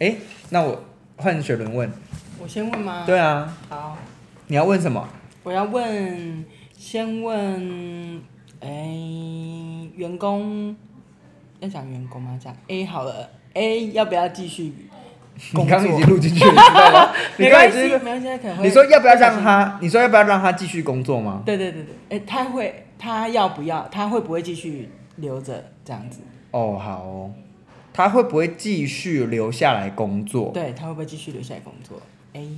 [SPEAKER 2] 哎，那我换雪伦问，
[SPEAKER 3] 我先问吗？，
[SPEAKER 2] 对啊，
[SPEAKER 3] 好，
[SPEAKER 2] 你要问什么？
[SPEAKER 3] 我要问，先问，哎、员工要讲员工吗？讲 A 好了，A 要不要继续
[SPEAKER 2] 你
[SPEAKER 3] 工
[SPEAKER 2] 刚刚已经
[SPEAKER 3] 作？
[SPEAKER 2] 录进去了，你知道 吗？你
[SPEAKER 3] 没
[SPEAKER 2] 刚刚
[SPEAKER 3] 关
[SPEAKER 2] 已
[SPEAKER 3] 系，
[SPEAKER 2] 经
[SPEAKER 3] 没关系，他可能会。
[SPEAKER 2] 你说要不要让？他？你说要不要让他继续工作吗？
[SPEAKER 3] 对对对对，哎、他会，他要不要？他会不会继续留着这样子？
[SPEAKER 2] 哦，好哦，他会不会继续留下来工作？
[SPEAKER 3] 对，他会不会继续留下来工作？A，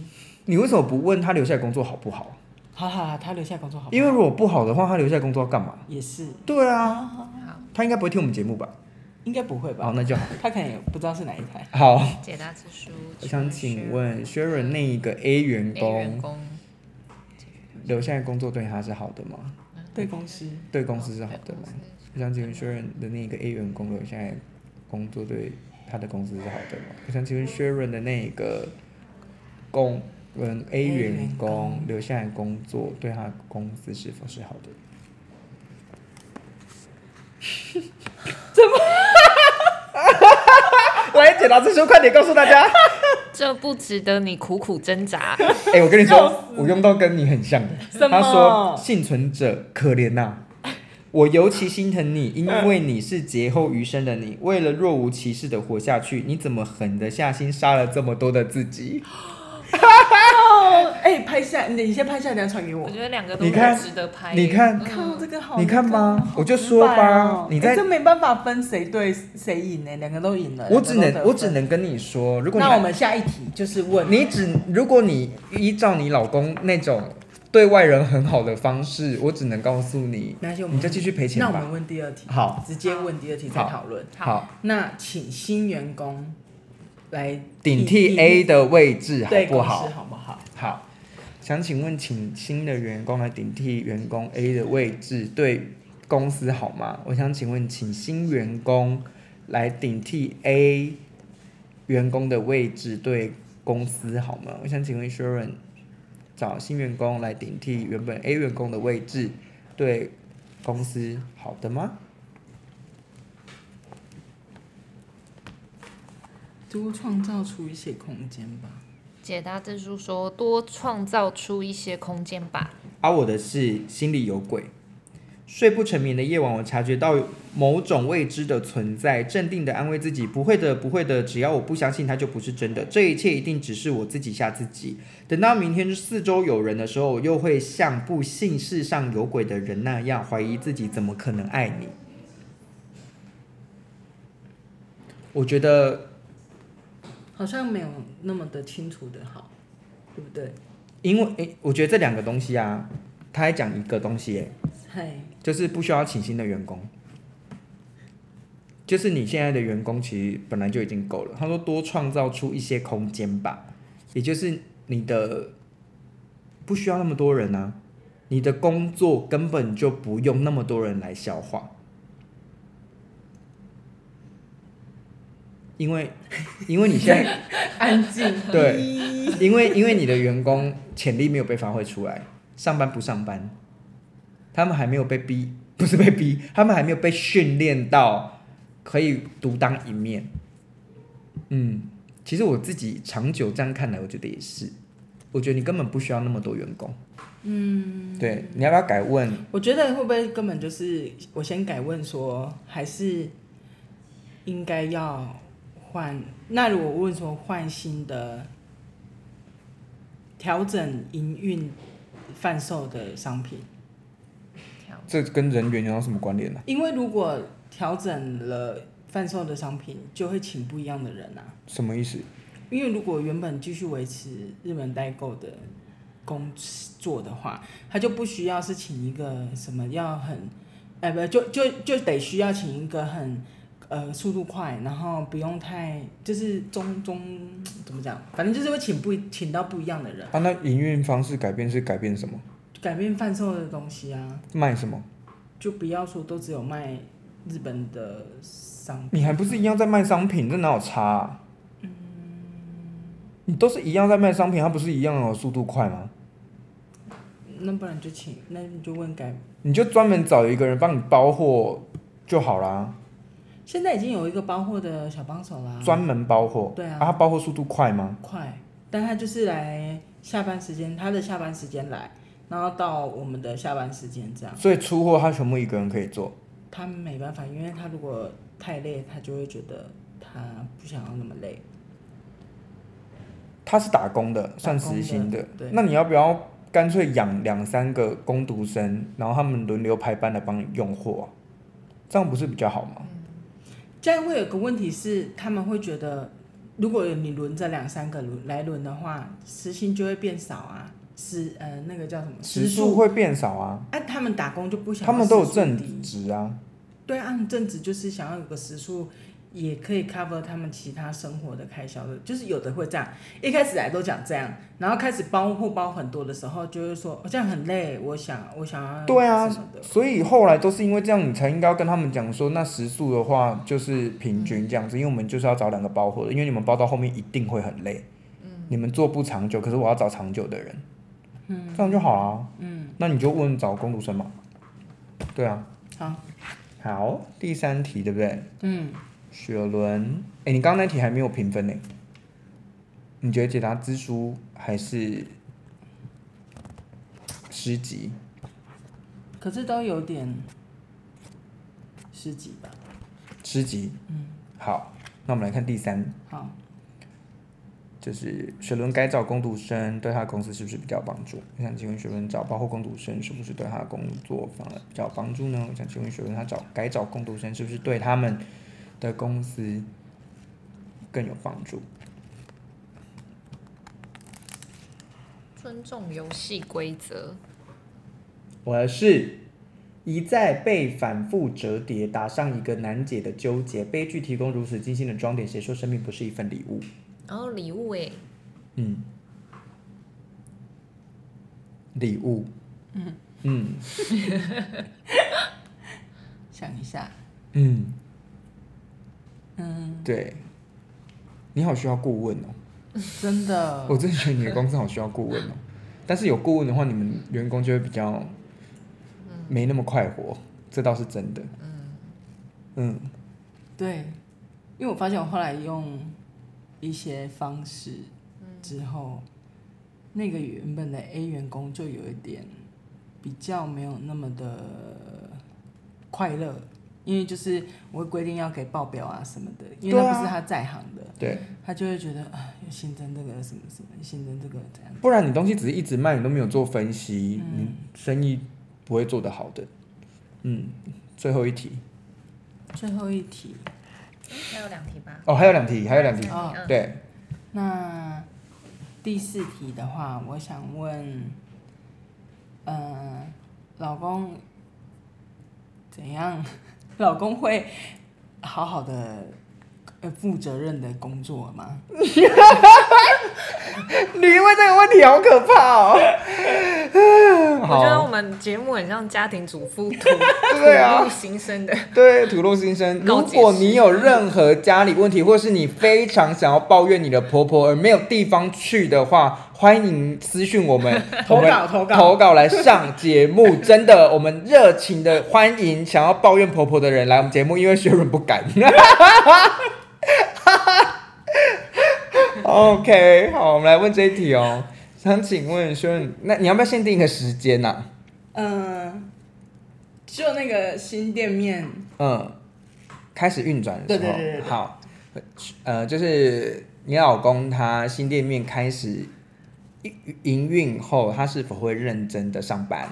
[SPEAKER 2] 你为什么不问他留下来工作好不好？
[SPEAKER 3] 好好好，他留下来工作好不好，
[SPEAKER 2] 因为如果不好的话，他留下来工作要干嘛？
[SPEAKER 3] 也是
[SPEAKER 2] 对啊，
[SPEAKER 1] 好，
[SPEAKER 2] 他应该不会听我们节目吧？
[SPEAKER 3] 应该不会吧？
[SPEAKER 2] 哦，那就好。
[SPEAKER 3] 他可能也不知道是哪一台。
[SPEAKER 2] 好，
[SPEAKER 1] 解答之书。
[SPEAKER 2] 我想请问
[SPEAKER 1] 薛
[SPEAKER 2] Sharon 那一个 A 员
[SPEAKER 1] A 员
[SPEAKER 2] 工
[SPEAKER 1] 工
[SPEAKER 2] 留下来工作对他是好的吗？
[SPEAKER 3] 对公司，
[SPEAKER 2] 对公司是好的吗？我想请问 Sharon 的那个 A 员工留下来工作对他的公司是好的吗？我想请问 Sharon 的那个工嗯 A 员工留下来工作对他的公司是否是好的？ 怎么？来，解答之书，快点告诉大家！
[SPEAKER 1] 这不值得你苦苦挣 扎。
[SPEAKER 2] 哎、我跟你
[SPEAKER 3] 笑
[SPEAKER 2] 说，我用到跟你很像的。
[SPEAKER 3] 什么
[SPEAKER 2] 他说：“幸存者可怜 呐、我尤其心疼你，因为你是劫后余生的你，为了若无其事的活下去，你怎么狠得下心杀了这么多的自己？
[SPEAKER 3] 哦，哎、拍下，你你先拍下来，等一下传给我
[SPEAKER 1] 我。觉得两个都
[SPEAKER 2] 你看
[SPEAKER 1] 很值得拍耶。
[SPEAKER 2] 你看
[SPEAKER 1] 嗯
[SPEAKER 3] 靠，这个好，
[SPEAKER 2] 嗯你看吧
[SPEAKER 3] 这个好
[SPEAKER 2] 我就说吧
[SPEAKER 3] 直白哦
[SPEAKER 2] 你在
[SPEAKER 3] 哎这没办法分谁对谁赢呢，两个都赢了。
[SPEAKER 2] 我只
[SPEAKER 3] 两个
[SPEAKER 2] 能，
[SPEAKER 3] 都
[SPEAKER 2] 我
[SPEAKER 3] 得
[SPEAKER 2] 只
[SPEAKER 3] 分。
[SPEAKER 2] 能跟你说，如果你
[SPEAKER 3] 那我们下一题就是问
[SPEAKER 2] 你只如果你依照你老公那种对外人很好的方式，我只能告诉你，
[SPEAKER 3] 没关系我们
[SPEAKER 2] 你就继续赔钱
[SPEAKER 3] 那我
[SPEAKER 2] 吧
[SPEAKER 3] 们。问第二题，
[SPEAKER 2] 好，
[SPEAKER 3] 直接问第二题再
[SPEAKER 2] 好
[SPEAKER 3] 讨论。
[SPEAKER 2] 好，
[SPEAKER 3] 那请新员工来
[SPEAKER 2] 顶替 A 的位置好
[SPEAKER 3] 对
[SPEAKER 2] 不
[SPEAKER 3] 公
[SPEAKER 2] 好
[SPEAKER 3] 司？好不好？
[SPEAKER 2] 好，想请问，请新的员工来顶替员工 A 的位置，对公司好吗？我想请问，请新员工来顶替 A 员工的位置，对公司好吗？我想请问 Sharon，找新员工来顶替原本 A 员工的位置，对公司好的吗？
[SPEAKER 3] 多创造出一些空间吧。
[SPEAKER 1] 解答之书说，多创造出一些空间吧。
[SPEAKER 2] 而、我的是心里有鬼。睡不成眠的夜晚，我察觉到某种未知的存在，镇定的安慰自己：不会的，不会的，只要我不相信，它就不是真的。这一切一定只是我自己吓自己。等到明天四周有人的时候，我又会像不信世上有鬼的人那样，怀疑自己怎么可能爱你。我觉得
[SPEAKER 3] 好像没有那么的清楚的好，对不对？
[SPEAKER 2] 因为诶，我觉得这两个东西啊，他还讲一个东西、诶。
[SPEAKER 3] 嗨，
[SPEAKER 2] 就是不需要请新的员工，就是你现在的员工其实本来就已经够了。他说多创造出一些空间吧，也就是你的不需要那么多人啊，你的工作根本就不用那么多人来消化，因为因为你现在。
[SPEAKER 3] 安静。
[SPEAKER 2] 对，因为因为你的员工潜力没有被发挥出来，上班不上班，他们还没有被逼， 不是被逼，他们还没有被训练到可以独当一面。嗯，其实我自己长久这样看来，我觉得也是，我觉得你根本不需要那么多员工。嗯，对，你要不要改问？
[SPEAKER 3] 我觉得会不会根本就是我先改问说，还是应该要换？那如果问说换新的，调整营运贩售的商品，
[SPEAKER 1] 跳
[SPEAKER 2] 这跟人员有什么关联呢、啊
[SPEAKER 3] 因为如果调整了贩售的商品，就会请不一样的人啊。
[SPEAKER 2] 什么意思？
[SPEAKER 3] 因为如果原本继续维持日本代购的工作的话，他就不需要是请一个什么要很，哎、不就就就得需要请一个很呃速度快，然后不用太就是中中怎么讲，反正就是会请不请到不一样的人，
[SPEAKER 2] 啊，那营运方式改变是改变什么？
[SPEAKER 3] 改变贩售的东西啊，
[SPEAKER 2] 卖什么？
[SPEAKER 3] 就不要说都只有卖日本的商品，
[SPEAKER 2] 你还不是一样在卖商品，这哪有差、啊？你都是一样在卖商品，它不是一样有速度快吗？
[SPEAKER 3] 那不然就请，那你就问改
[SPEAKER 2] 你就专门找一个人帮你包货就好啦，
[SPEAKER 3] 现在已经有一个包货的小帮手啦，
[SPEAKER 2] 专门包货。
[SPEAKER 3] 对啊
[SPEAKER 2] 他包货速度快吗？
[SPEAKER 3] 快，但他就是来下班时间，他的下班时间来，然后到我们的下班时间这样。
[SPEAKER 2] 所以出货他全部一个人可以做。
[SPEAKER 3] 他没办法，因为他如果太累，他就会觉得他不想要那么累。
[SPEAKER 2] 他是打工的，算时薪
[SPEAKER 3] 打工的对
[SPEAKER 2] 那你要不要干脆养两三个工读生，然后他们轮流排班来帮你用货啊？这样不是比较好
[SPEAKER 3] 嗯
[SPEAKER 2] 吗？
[SPEAKER 3] 这样会有个问题是，他们会觉得，如果你轮着两三个轮来轮的话，时薪就会变少啊，时呃那个叫什么
[SPEAKER 2] 时数？会变少啊，
[SPEAKER 3] 哎、啊，他们打工就不想要
[SPEAKER 2] 他们都有
[SPEAKER 3] 时速低
[SPEAKER 2] 正职啊。
[SPEAKER 3] 对啊，按正职就是想要有个时数，也可以 cover 他们其他生活的开销的，就是有的会这样，一开始来都讲这样，然后开始包货包很多的时候，就会说哦、这样很累，我想我想要
[SPEAKER 2] 对啊
[SPEAKER 3] 什么的，
[SPEAKER 2] 所以后来都是因为这样，你才应该要跟他们讲说，那时速的话就是平
[SPEAKER 3] 嗯
[SPEAKER 2] 均这样子，因为我们就是要找两个包货的，因为你们包到后面一定会很累，
[SPEAKER 3] 嗯
[SPEAKER 2] 你们做不长久，可是我要找长久的人，嗯，这样就好啊，嗯，那你就问找工读生嘛，对啊，
[SPEAKER 3] 好，
[SPEAKER 2] 好，第三题对不对？
[SPEAKER 3] 嗯，
[SPEAKER 2] 雪伦，哎、你刚刚那题还没有评分呢，你觉得解答知书还是诗集？
[SPEAKER 3] 可是都有点十几吧，
[SPEAKER 2] 诗集，嗯，好，那我们来看第三，
[SPEAKER 3] 好，
[SPEAKER 2] 就是水伦改找工读生对他的公司是不是比较有帮助？我想请问水伦找包括工读生是不是对他的工作方案比较有帮助呢？我想请问水伦他找改找工读生是不是对他们的公司更有帮助？
[SPEAKER 1] 尊重游戏规则，
[SPEAKER 2] 我的是一再被反复折叠，打上一个难解的纠结。悲剧提供如此精心的装点，谁说生命不是一份礼物？
[SPEAKER 1] 然后礼物哎，
[SPEAKER 2] 嗯，礼物，嗯嗯。
[SPEAKER 3] 想一下，
[SPEAKER 2] 嗯，嗯，对，你好需要顾问哦、
[SPEAKER 3] 真的
[SPEAKER 2] 我真的觉得你的公司好需要顾问哦、 但是有顾问的话，你们员工就会比较没那么快活，这倒是真的。嗯
[SPEAKER 3] 对，因为我发现我后来用一些方式
[SPEAKER 2] 嗯
[SPEAKER 3] 之后，那个原本的 A 员工就有一点比较没有那么的快乐，因为就是我会规定要给报表啊什么的，因为
[SPEAKER 2] 对
[SPEAKER 3] 那
[SPEAKER 2] 啊
[SPEAKER 3] 不是他在行的，
[SPEAKER 2] 对，
[SPEAKER 3] 他就会觉得啊，又新增这个什么什么，新增这个怎样，
[SPEAKER 2] 不然你东西只是一直卖，你都没有做分析，
[SPEAKER 1] 嗯
[SPEAKER 2] 你生意不会做得好的。嗯，最后一题
[SPEAKER 3] 最后一题，
[SPEAKER 1] 嗯还有两题吧，
[SPEAKER 2] 哦，还有两题，还有两题。
[SPEAKER 3] 哦
[SPEAKER 1] 嗯
[SPEAKER 2] 对，
[SPEAKER 3] 那第四题的话，我想问，呃，老公怎样？ 老公会好好的呃负责任的工作吗？，
[SPEAKER 2] 你因为这个问题好可怕哦。
[SPEAKER 1] 我
[SPEAKER 2] 好
[SPEAKER 1] 觉得我们节目很像家庭主妇吐
[SPEAKER 2] 对啊
[SPEAKER 1] 吐露心声的，
[SPEAKER 2] 对，吐露心声。如
[SPEAKER 1] 告解
[SPEAKER 2] 果
[SPEAKER 1] 释
[SPEAKER 2] 你有任何家里问题，或是你非常想要抱怨你的婆婆而没有地方去的话，欢迎私讯我们
[SPEAKER 3] 投稿
[SPEAKER 2] 我们
[SPEAKER 3] 投稿
[SPEAKER 2] 投稿来上节目。真的，我们热情的欢迎想要抱怨婆婆的人来我们节目，因为雪润不敢。OK，好，我们来问这一题哦。想请问薛润，那你要不要限定一个时间啊呐、
[SPEAKER 3] 嗯、就那个新店面，
[SPEAKER 2] 嗯，开始运转的时候，
[SPEAKER 3] 对对对对对
[SPEAKER 2] 好，呃，就是你老公他新店面开始营营运后，他是否会认真的上班？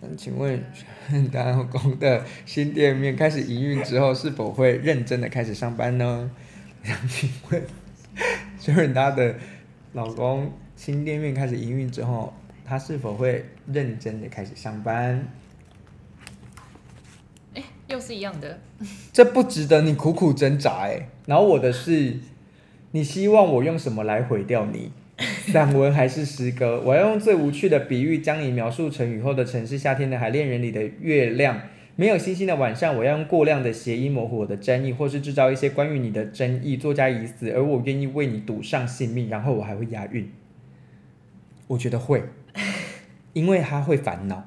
[SPEAKER 2] 嗯，请问嗯你老公的新店面开始营运之后，是否会认真的开始上班呢？想请 问，就是他的老公新店面开始营运之后，他是否会认真的开始上班？
[SPEAKER 1] 哎，又是一样的，
[SPEAKER 2] 这不值得你苦苦挣扎哎、然后我的是，你希望我用什么来毁掉你？散文还是诗歌？我要用最无趣的比喻将你描述成雨后的城市、夏天的海、恋人里的月亮、没有星星的晚上。我要用过量的谐音模糊我的争议，或是制造一些关于你的争议。作家已死，而我愿意为你赌上性命，然后我还会押韵。我觉得会，因为他会烦恼。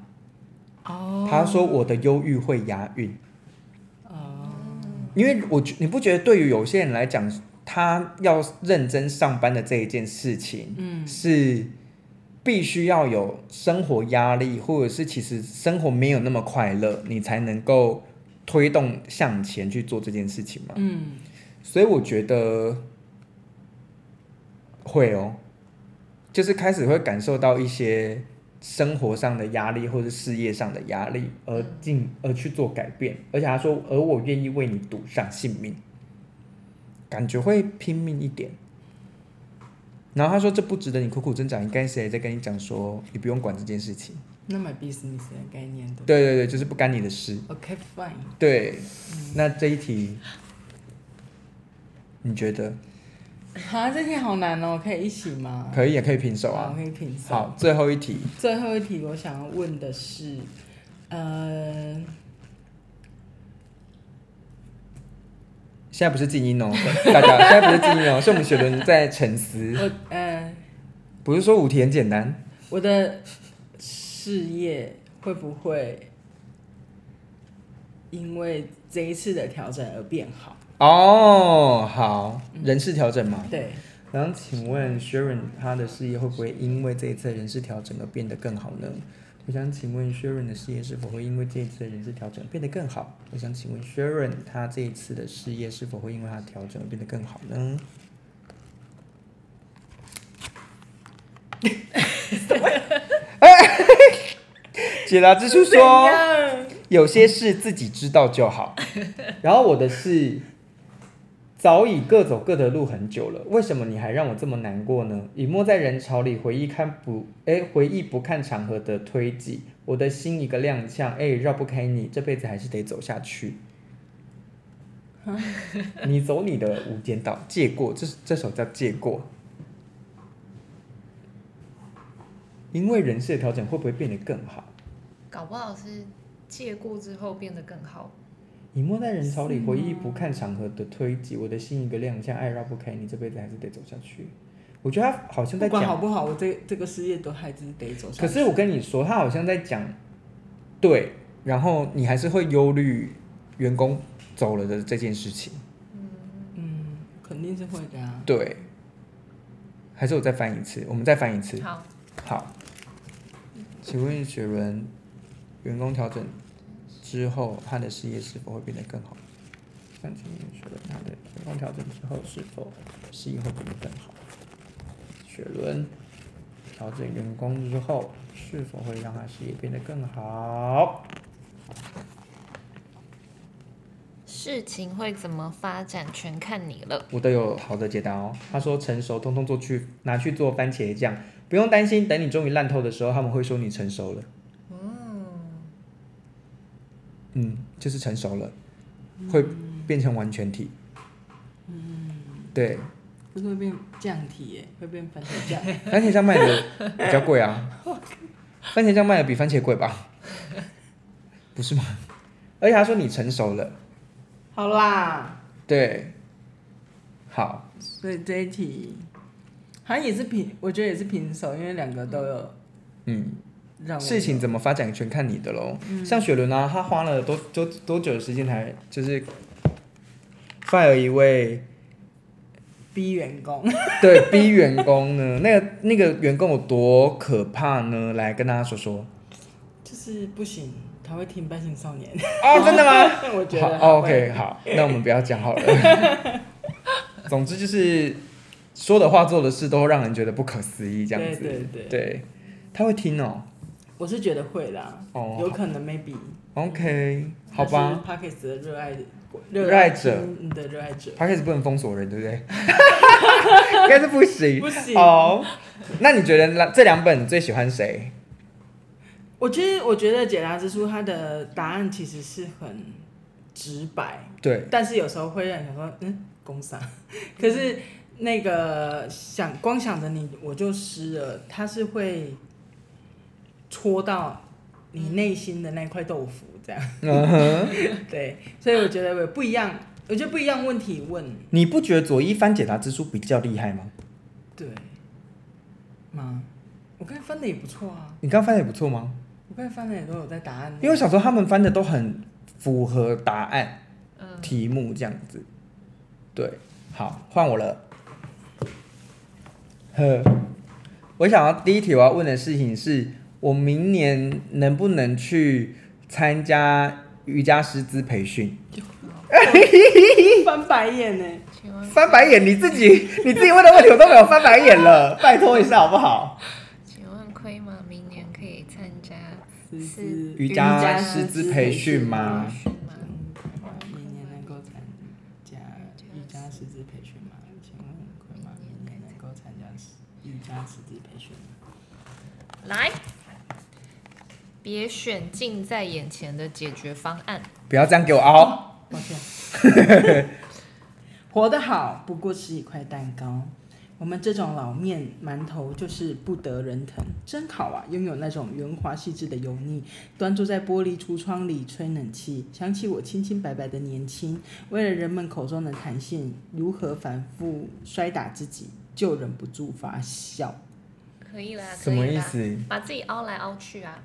[SPEAKER 1] 哦
[SPEAKER 2] 他说我的忧郁会押韵。因为我觉你不觉得对于有些人来讲，他要认真上班的这一件事情，嗯，是必须要有生活压力，或者是其实生活没有那么快乐，你才能够推动向前去做这件事情嘛。
[SPEAKER 3] 嗯，
[SPEAKER 2] 所以我觉得会哦，就是开始会感受到一些生活上的压力或者事业上的压力，而进而去做改变。而且他说，而我愿意为你赌上性命，感觉会拼命一点。然后他说：“这不值得你苦苦挣扎，应该谁在跟你讲说你不用管这件事情？
[SPEAKER 3] 那买 business 的概念的。
[SPEAKER 2] 对对对，就是不干你的事。
[SPEAKER 3] OK fine，
[SPEAKER 2] 对，那这一题你觉得
[SPEAKER 3] 啊，这题好难哦，可以一起吗？
[SPEAKER 2] 可以也可以平手啊
[SPEAKER 3] 好，。可以平手。
[SPEAKER 2] 好，最后一题，
[SPEAKER 3] 最后一题我想要问的是，呃，
[SPEAKER 2] 现在不是静音哦，大家现在不是静音哦，是我们雪伦在沉思，
[SPEAKER 3] 我呃，
[SPEAKER 2] 不是说五题很简单，
[SPEAKER 3] 我的事业会不会因为这一次的调整而变好？
[SPEAKER 2] 哦，好，人事调整嘛。
[SPEAKER 3] 对，
[SPEAKER 2] 然后请问 Sharon 他的事业会不会因为这一次的人事调整而变得更好呢？我想请问 Sharon 的事业是否会因为这一次的人事调整而变得更好？我想请问 Sharon 他这一次的事业是否会因为他的调整而变得更好呢？解答之书
[SPEAKER 3] 怎
[SPEAKER 2] 说。
[SPEAKER 3] 样？
[SPEAKER 2] 有些事自己知道就好。然后我的是，早已各走各的路很久了，为什么你还让我这么难过呢？隐没在人潮里，回忆看不，哎，回忆不看场合的推挤，我的心一个踉跄，哎，绕不开你，这辈子还是得走下去。 你走你的无间道，借过，这这首叫借过。因为人事的调整会不会变得更好？
[SPEAKER 1] 搞不好是借过之后变得更好。
[SPEAKER 2] 你没在人潮里回
[SPEAKER 3] 啊
[SPEAKER 2] 忆，不看场合的推挤，我的心一个踉跄，爱绕不开你，这辈子还是得走下去。我觉得他好像
[SPEAKER 3] 不
[SPEAKER 2] 在
[SPEAKER 3] 管好
[SPEAKER 2] 讲，
[SPEAKER 3] 不好，我这这个事业都还是得走下
[SPEAKER 2] 可
[SPEAKER 3] 去。
[SPEAKER 2] 是我跟你说，他好像在讲，对，然后你还是会忧虑员工走了的这件事情，
[SPEAKER 3] 嗯，肯定是会的啊。
[SPEAKER 2] 对。还是我再翻一次，我们再翻一次。
[SPEAKER 1] 好，
[SPEAKER 2] 好，请问雪伦，员工调整之后，他的事业是否会变得更好？想请问雪伦，他的员工调整之后是否事业会变得更好？雪伦，调整员工之后是否会让他事业变得更好？
[SPEAKER 1] 事情会怎么发展全看你了。
[SPEAKER 2] 我都有好的解答哦。他说成熟通通做去拿去做番茄酱，不用担心，等你终于烂透的时候，他们会说你成熟了。嗯，就是成熟了，会变成完全体。嗯，对，
[SPEAKER 3] 不是会变降体耶，会变番茄酱。
[SPEAKER 2] 番茄酱卖的比较贵啊，番茄酱卖的比番茄贵吧？不是吗？而且他说你成熟了，
[SPEAKER 3] 好啦，
[SPEAKER 2] 对，好，
[SPEAKER 3] 所以这一题好像也是平，我觉得也是平手，因为两个都有
[SPEAKER 2] 嗯。
[SPEAKER 3] 让我
[SPEAKER 2] 事情怎么发展全看你的喽。像雪伦啊，他花了多多多久的时间才就是 fire 一位
[SPEAKER 3] 逼员工。
[SPEAKER 2] 对逼员工呢？那个那个员工有多可怕呢？来跟大家说说。
[SPEAKER 3] 就是不行，他会听《半型少年》
[SPEAKER 2] 哦， 真的吗？
[SPEAKER 3] 我觉
[SPEAKER 2] 好、
[SPEAKER 3] 得
[SPEAKER 2] 哦、，OK，好，那我们不要讲好了。总之就是说的话、做的事都会让人觉得不可思议，这样子。
[SPEAKER 3] 对对对
[SPEAKER 2] 对他会听哦。
[SPEAKER 3] 我是觉得会啦，
[SPEAKER 2] 哦
[SPEAKER 3] 有可能 maybe，
[SPEAKER 2] OK，好吧。
[SPEAKER 3] p o c k e t 的热爱
[SPEAKER 2] 热爱者
[SPEAKER 3] 听的热爱者，
[SPEAKER 2] p 开始不能封锁人，对不 对？应该是不行。
[SPEAKER 3] 不行
[SPEAKER 2] 哦哦，那你觉得那这两本你最喜欢谁？
[SPEAKER 3] 我觉得，我觉得解答之书它的答案其实是很直白，
[SPEAKER 2] 对，
[SPEAKER 3] 但是有时候会让你想说，嗯，工伤。 可是那个想光想着你我就湿了，它是会戳到你内心的那块豆腐，这样。
[SPEAKER 2] 嗯哼，
[SPEAKER 3] 对，所以我觉得不一样，我觉得不一样问题问，
[SPEAKER 2] 你不觉得左一帆解答之书比较厉害吗？
[SPEAKER 3] 对吗？我刚才翻的也不错啊，
[SPEAKER 2] 你刚翻的也不错吗？
[SPEAKER 3] 我刚才翻的也都有在答案内。
[SPEAKER 2] 因为我想说他们翻的都很符合答案
[SPEAKER 1] 嗯，
[SPEAKER 2] 题目这样子。对，好，换我了。呵，我想要第一题我要问的事情是，我明年能不能去参加瑜伽师资培训？
[SPEAKER 3] 翻白眼呢，
[SPEAKER 1] 请问
[SPEAKER 2] 翻白眼，你自己 你自己问的问题我都没有翻白眼了，拜托一下好不好？
[SPEAKER 1] 请问亏吗？明年可以参加
[SPEAKER 3] 师资
[SPEAKER 1] 是
[SPEAKER 2] 瑜伽
[SPEAKER 3] 师
[SPEAKER 2] 师
[SPEAKER 3] 资
[SPEAKER 2] 资
[SPEAKER 3] 培
[SPEAKER 2] 培
[SPEAKER 3] 训
[SPEAKER 2] 训
[SPEAKER 3] 吗
[SPEAKER 2] 吗
[SPEAKER 1] 培？训吗？
[SPEAKER 3] 明年能够参加瑜伽师资培训吗？请问葵妈明年能够参加瑜伽师资培训吗？
[SPEAKER 1] 来，别选近在眼前的解决方案。
[SPEAKER 2] 不要这样给我凹，
[SPEAKER 3] 抱歉，活得好不过是一块蛋糕。我们这种老面馒头就是不得人疼，真好啊！拥有那种圆滑细致的油腻，端坐在玻璃橱窗里吹冷气，想起我清清白白的年轻，为了人们口中的弹性，如何反复摔打自己，就忍不住发笑。
[SPEAKER 1] 可以啦，
[SPEAKER 2] 什
[SPEAKER 1] 啊可以
[SPEAKER 2] 么
[SPEAKER 1] 啦
[SPEAKER 2] 意？思？
[SPEAKER 1] 把自己凹来凹去啊！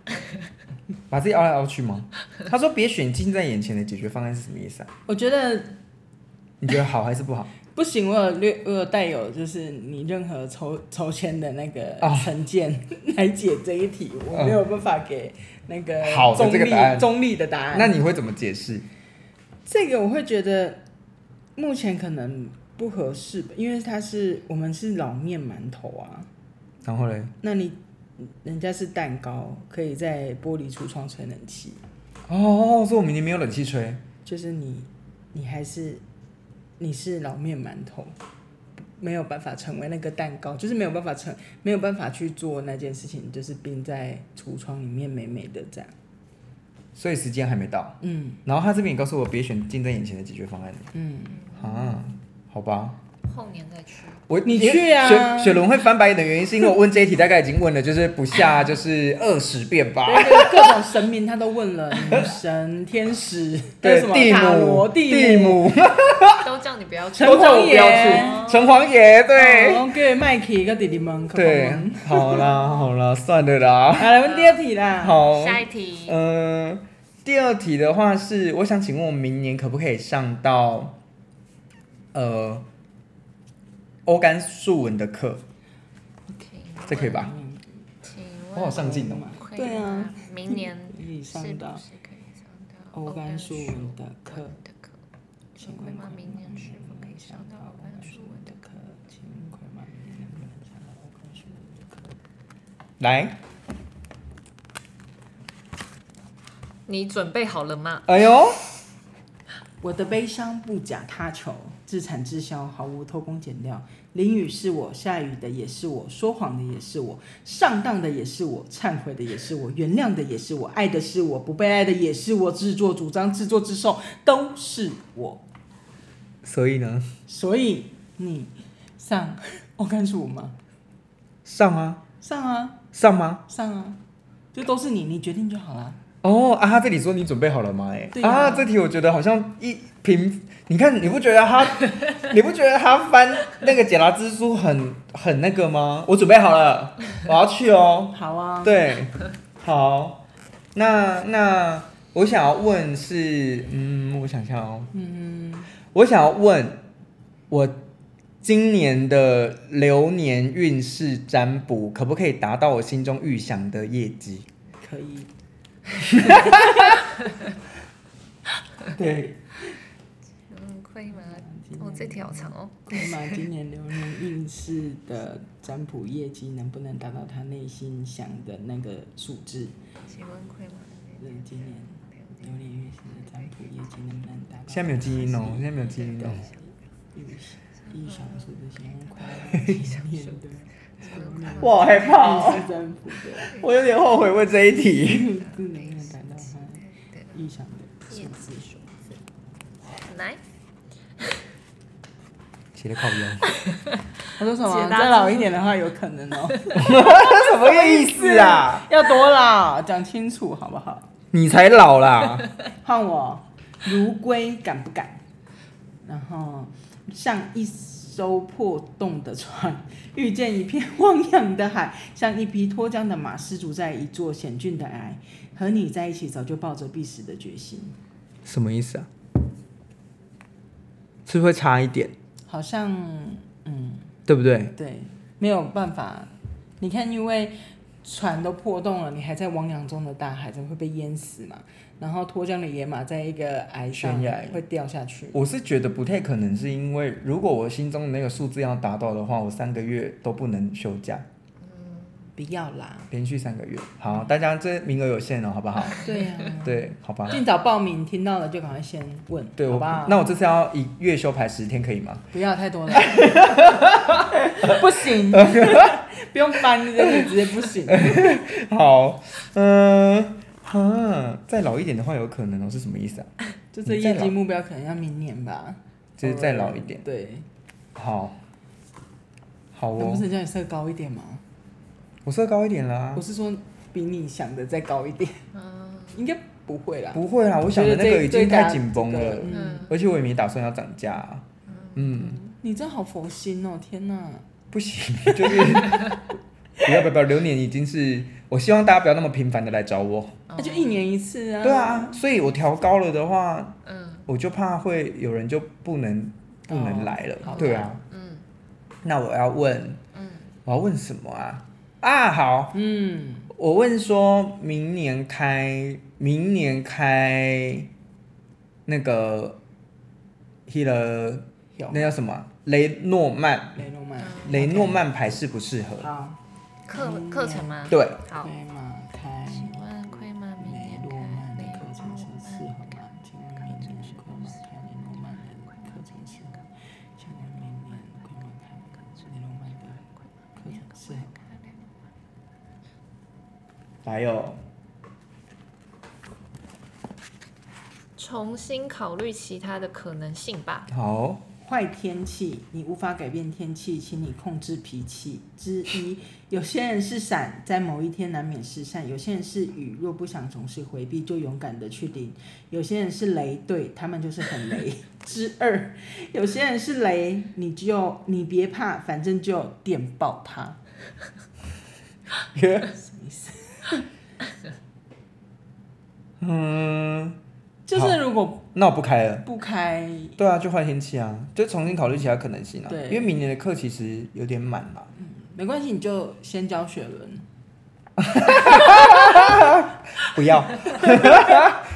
[SPEAKER 2] 把自己凹来凹去吗？他说别选近在眼前的解决方案是什么意思啊？
[SPEAKER 3] 我觉得
[SPEAKER 2] 你觉得好还是不好？
[SPEAKER 3] 不行，我有略我有带有就是你任何抽抽签的那个
[SPEAKER 2] 哦
[SPEAKER 3] 成见来解这一题，我
[SPEAKER 2] 嗯
[SPEAKER 3] 没有办法给那个
[SPEAKER 2] 好的
[SPEAKER 3] 中
[SPEAKER 2] 这个
[SPEAKER 3] 立
[SPEAKER 2] 答案
[SPEAKER 3] 中立的答案。
[SPEAKER 2] 那你会怎么解释？
[SPEAKER 3] 这个我会觉得目前可能不合适吧，因为它是我们是老面馒头啊，
[SPEAKER 2] 然后嘞，
[SPEAKER 3] 那你人家是蛋糕，可以在玻璃橱窗吹冷气，
[SPEAKER 2] 哦，所以我明年没有冷气吹，
[SPEAKER 3] 就是你你还是你是老面馒头。没有办法成为那个蛋糕，就是没有办法成，没有办法去做那件事情，就是冰在橱窗里面美美的这样。
[SPEAKER 2] 所以时间还没到。
[SPEAKER 3] 嗯
[SPEAKER 2] 然后他这边也告诉我，别选近在眼前的解决方案
[SPEAKER 3] 嗯，
[SPEAKER 2] 啊，好吧。
[SPEAKER 1] 后年再去。
[SPEAKER 2] 我
[SPEAKER 3] 你
[SPEAKER 2] 因为
[SPEAKER 3] 去啊
[SPEAKER 2] 雪雪伦会翻白眼的原因是因为我问这一题大概已经问了，就是不下就是二十遍吧。
[SPEAKER 3] 对对，各种神明他都问了，女神、天使，还有什么
[SPEAKER 2] 地
[SPEAKER 3] 塔罗、
[SPEAKER 2] 母、
[SPEAKER 3] 地母、
[SPEAKER 2] 母、
[SPEAKER 1] 都叫你不要去
[SPEAKER 3] 城
[SPEAKER 2] 啊都叫
[SPEAKER 3] 隍
[SPEAKER 2] 我不
[SPEAKER 3] 爷
[SPEAKER 2] 要去。城隍爷，对、
[SPEAKER 3] 哦给麦克跟弟弟们，
[SPEAKER 2] 对
[SPEAKER 3] 可不可以，
[SPEAKER 2] 好啦好啦，算了啦。
[SPEAKER 3] 好，来问第二题啦。
[SPEAKER 2] 好，
[SPEAKER 1] 下一题，
[SPEAKER 2] 嗯，第二题的话是，我想请问，我明年可不可以上到呃欧甘素文的课？这可以吧？
[SPEAKER 3] 嗯，
[SPEAKER 1] 请问，
[SPEAKER 2] 我好上进的嘛。
[SPEAKER 1] 可以
[SPEAKER 3] 对啊
[SPEAKER 1] 吗，明年
[SPEAKER 3] 以
[SPEAKER 1] 是
[SPEAKER 3] 上
[SPEAKER 1] 不是
[SPEAKER 3] 的哦
[SPEAKER 1] 可以上到
[SPEAKER 3] 欧甘舒文的课
[SPEAKER 1] 文的课？请问吗？明年是否可以上到欧甘舒文的课？
[SPEAKER 2] 来，
[SPEAKER 1] 你准备好了吗？
[SPEAKER 2] 哎呦，
[SPEAKER 3] 我的悲伤不假他求，自产自销，毫无偷工减料。淋雨是我，下雨的也是我，说谎的也是我，上当的也是我，忏悔的也是我，原谅的也是我，爱的是我，不被爱的也是我，自作主张、自作自受都是我。
[SPEAKER 2] 所以呢，
[SPEAKER 3] 所以你上啊欧甘舒文吗？
[SPEAKER 2] 上啊，
[SPEAKER 3] 上啊，
[SPEAKER 2] 上吗？
[SPEAKER 3] 上啊，就都是你，你决定就好啦。
[SPEAKER 2] 哦啊，他这里说你准备好了吗？哎
[SPEAKER 3] 对，啊
[SPEAKER 2] 啊，这题我觉得好像一平，你看你不觉得他， 你不觉得他翻那个解答之书很很那个吗？我准备好 了，我要去哦。
[SPEAKER 3] 好啊，
[SPEAKER 2] 对，好，那那我想要问是，嗯，我想想哦，
[SPEAKER 3] 嗯，
[SPEAKER 2] 我想要问，我今年的流年运势占卜可不可以达到我心中预想的业绩？
[SPEAKER 3] 可 以。
[SPEAKER 2] 对，
[SPEAKER 1] 嗯，可以吗？哦，这条长哦。
[SPEAKER 3] 桂马今年流年运势的占卜业绩能不能达到他内心想的那个数字？
[SPEAKER 1] 请问亏吗？
[SPEAKER 3] 嗯，今年流年运势的占卜业绩能不能达到？
[SPEAKER 2] 现在没有基因哦，现在没有基因哦。
[SPEAKER 3] 预想数字，请问快乐今年的
[SPEAKER 2] 我好害怕哦、
[SPEAKER 3] 是占卜的，
[SPEAKER 2] 我有点后悔问这一题。
[SPEAKER 3] 自没有感到他意想的数字数。
[SPEAKER 1] 来，
[SPEAKER 2] 写的靠腰，
[SPEAKER 3] 他说什么？
[SPEAKER 1] 解答
[SPEAKER 3] 再老一点的话，有可能哦。
[SPEAKER 2] 什么意思啊？
[SPEAKER 3] 要多老？讲清楚好不好？
[SPEAKER 2] 你才老啦！
[SPEAKER 3] 换我，如龟敢不敢？然后像一艘破洞的船， 遇见一片汪洋的海，像一匹脱缰的马，失足在一座险峻的崖。和你在一起，早就抱着必死的决心。
[SPEAKER 2] 什么意思啊？是不是会差一点？
[SPEAKER 3] 好像，嗯，
[SPEAKER 2] 对不对？
[SPEAKER 3] 对，没有办法。你看，因为船都破洞了，你还在汪洋中的大海，怎么会被淹死嘛？然后脱缰的野马在一个崖上
[SPEAKER 2] 悬崖
[SPEAKER 3] 会掉下去。
[SPEAKER 2] 我是觉得不太可能，是因为如果我心中的那个数字要达到的话，我三个月都不能休假，
[SPEAKER 3] 不要啦，
[SPEAKER 2] 连续三个月。好，大家这名额有限哦，好不好？
[SPEAKER 3] 对呀、
[SPEAKER 2] 对，好 吧。
[SPEAKER 3] 尽早报名，听到了就赶快先问，
[SPEAKER 2] 对，
[SPEAKER 3] 好
[SPEAKER 2] 我
[SPEAKER 3] 吧？
[SPEAKER 2] 那我这次要一月休排十天，可以吗？
[SPEAKER 3] 不要太多了， 不行， 不用翻这个直接不行。
[SPEAKER 2] 好，嗯、哈，再老一点的话有可能哦，是什么意思啊？
[SPEAKER 3] 就这业绩目标可能要明年吧，
[SPEAKER 2] 就是再老一点。
[SPEAKER 3] 对，
[SPEAKER 2] 好，好
[SPEAKER 3] 那不
[SPEAKER 2] 哦，
[SPEAKER 3] 是叫你设高一点吗？
[SPEAKER 2] 我设高一点啦
[SPEAKER 3] 我。是说比你想的再高一点，
[SPEAKER 1] 嗯
[SPEAKER 3] 应该不会啦。
[SPEAKER 2] 不会啦，我想的那
[SPEAKER 3] 觉得
[SPEAKER 2] 个
[SPEAKER 3] 这
[SPEAKER 2] 已经
[SPEAKER 3] 这个
[SPEAKER 2] 太紧绷
[SPEAKER 3] 这
[SPEAKER 2] 了
[SPEAKER 3] 个，嗯，
[SPEAKER 1] 嗯，
[SPEAKER 2] 而且我也没打算要涨价啊、嗯，
[SPEAKER 3] 你真好佛心哦，天哪！
[SPEAKER 2] 不行，就是 不要不要不要，流年已经是，我希望大家不要那么频繁的来找我。
[SPEAKER 1] 哦
[SPEAKER 3] 那就一，年一次啊。
[SPEAKER 2] 对，啊，所以我调高了的话，
[SPEAKER 1] 嗯
[SPEAKER 2] 我就怕会有人就不能不能来了。
[SPEAKER 3] 哦好吧
[SPEAKER 2] 对啊，
[SPEAKER 1] 嗯
[SPEAKER 2] 那我要问，
[SPEAKER 1] 嗯，
[SPEAKER 2] 我要问什么啊？啊，好，
[SPEAKER 3] 嗯，
[SPEAKER 2] 我问说明年开，明年开那个 h 了，
[SPEAKER 3] 有
[SPEAKER 2] 那叫什么啊、雷诺曼，
[SPEAKER 3] 雷诺曼，
[SPEAKER 1] 嗯
[SPEAKER 2] 雷诺曼牌适不适合？
[SPEAKER 3] 好，
[SPEAKER 1] 课课程吗？
[SPEAKER 2] 对，
[SPEAKER 1] 好，
[SPEAKER 3] 对嘛，开。
[SPEAKER 1] 请问亏吗？明
[SPEAKER 3] 雷
[SPEAKER 1] 年
[SPEAKER 3] 诺曼的
[SPEAKER 1] 开
[SPEAKER 3] 课程是适合吗？请问明年规划开雷诺曼的课程适合？请问明年规划开雷诺曼的课程适合？
[SPEAKER 2] 还有
[SPEAKER 1] 重新考虑其他的可能性吧。
[SPEAKER 2] 好，
[SPEAKER 3] 坏天气，你无法改变天气，请你控制脾气。之一，有些人是闪，在某一天难免失散；有些人是雨，若不想总是回避，就勇敢的去淋；有些人是雷，对他们就是很雷。之二， 有些人是雷，你就你别怕，反正就电爆他。
[SPEAKER 2] 嗯，
[SPEAKER 3] 就是如果
[SPEAKER 2] 那我不开了。
[SPEAKER 3] 不开，
[SPEAKER 2] 对啊，就坏天气啊，就重新考虑其他可能性啊。
[SPEAKER 3] 对
[SPEAKER 2] 因为明年的课其实有点满嘛。
[SPEAKER 3] 没关系，你就先教雪伦。
[SPEAKER 2] 不要，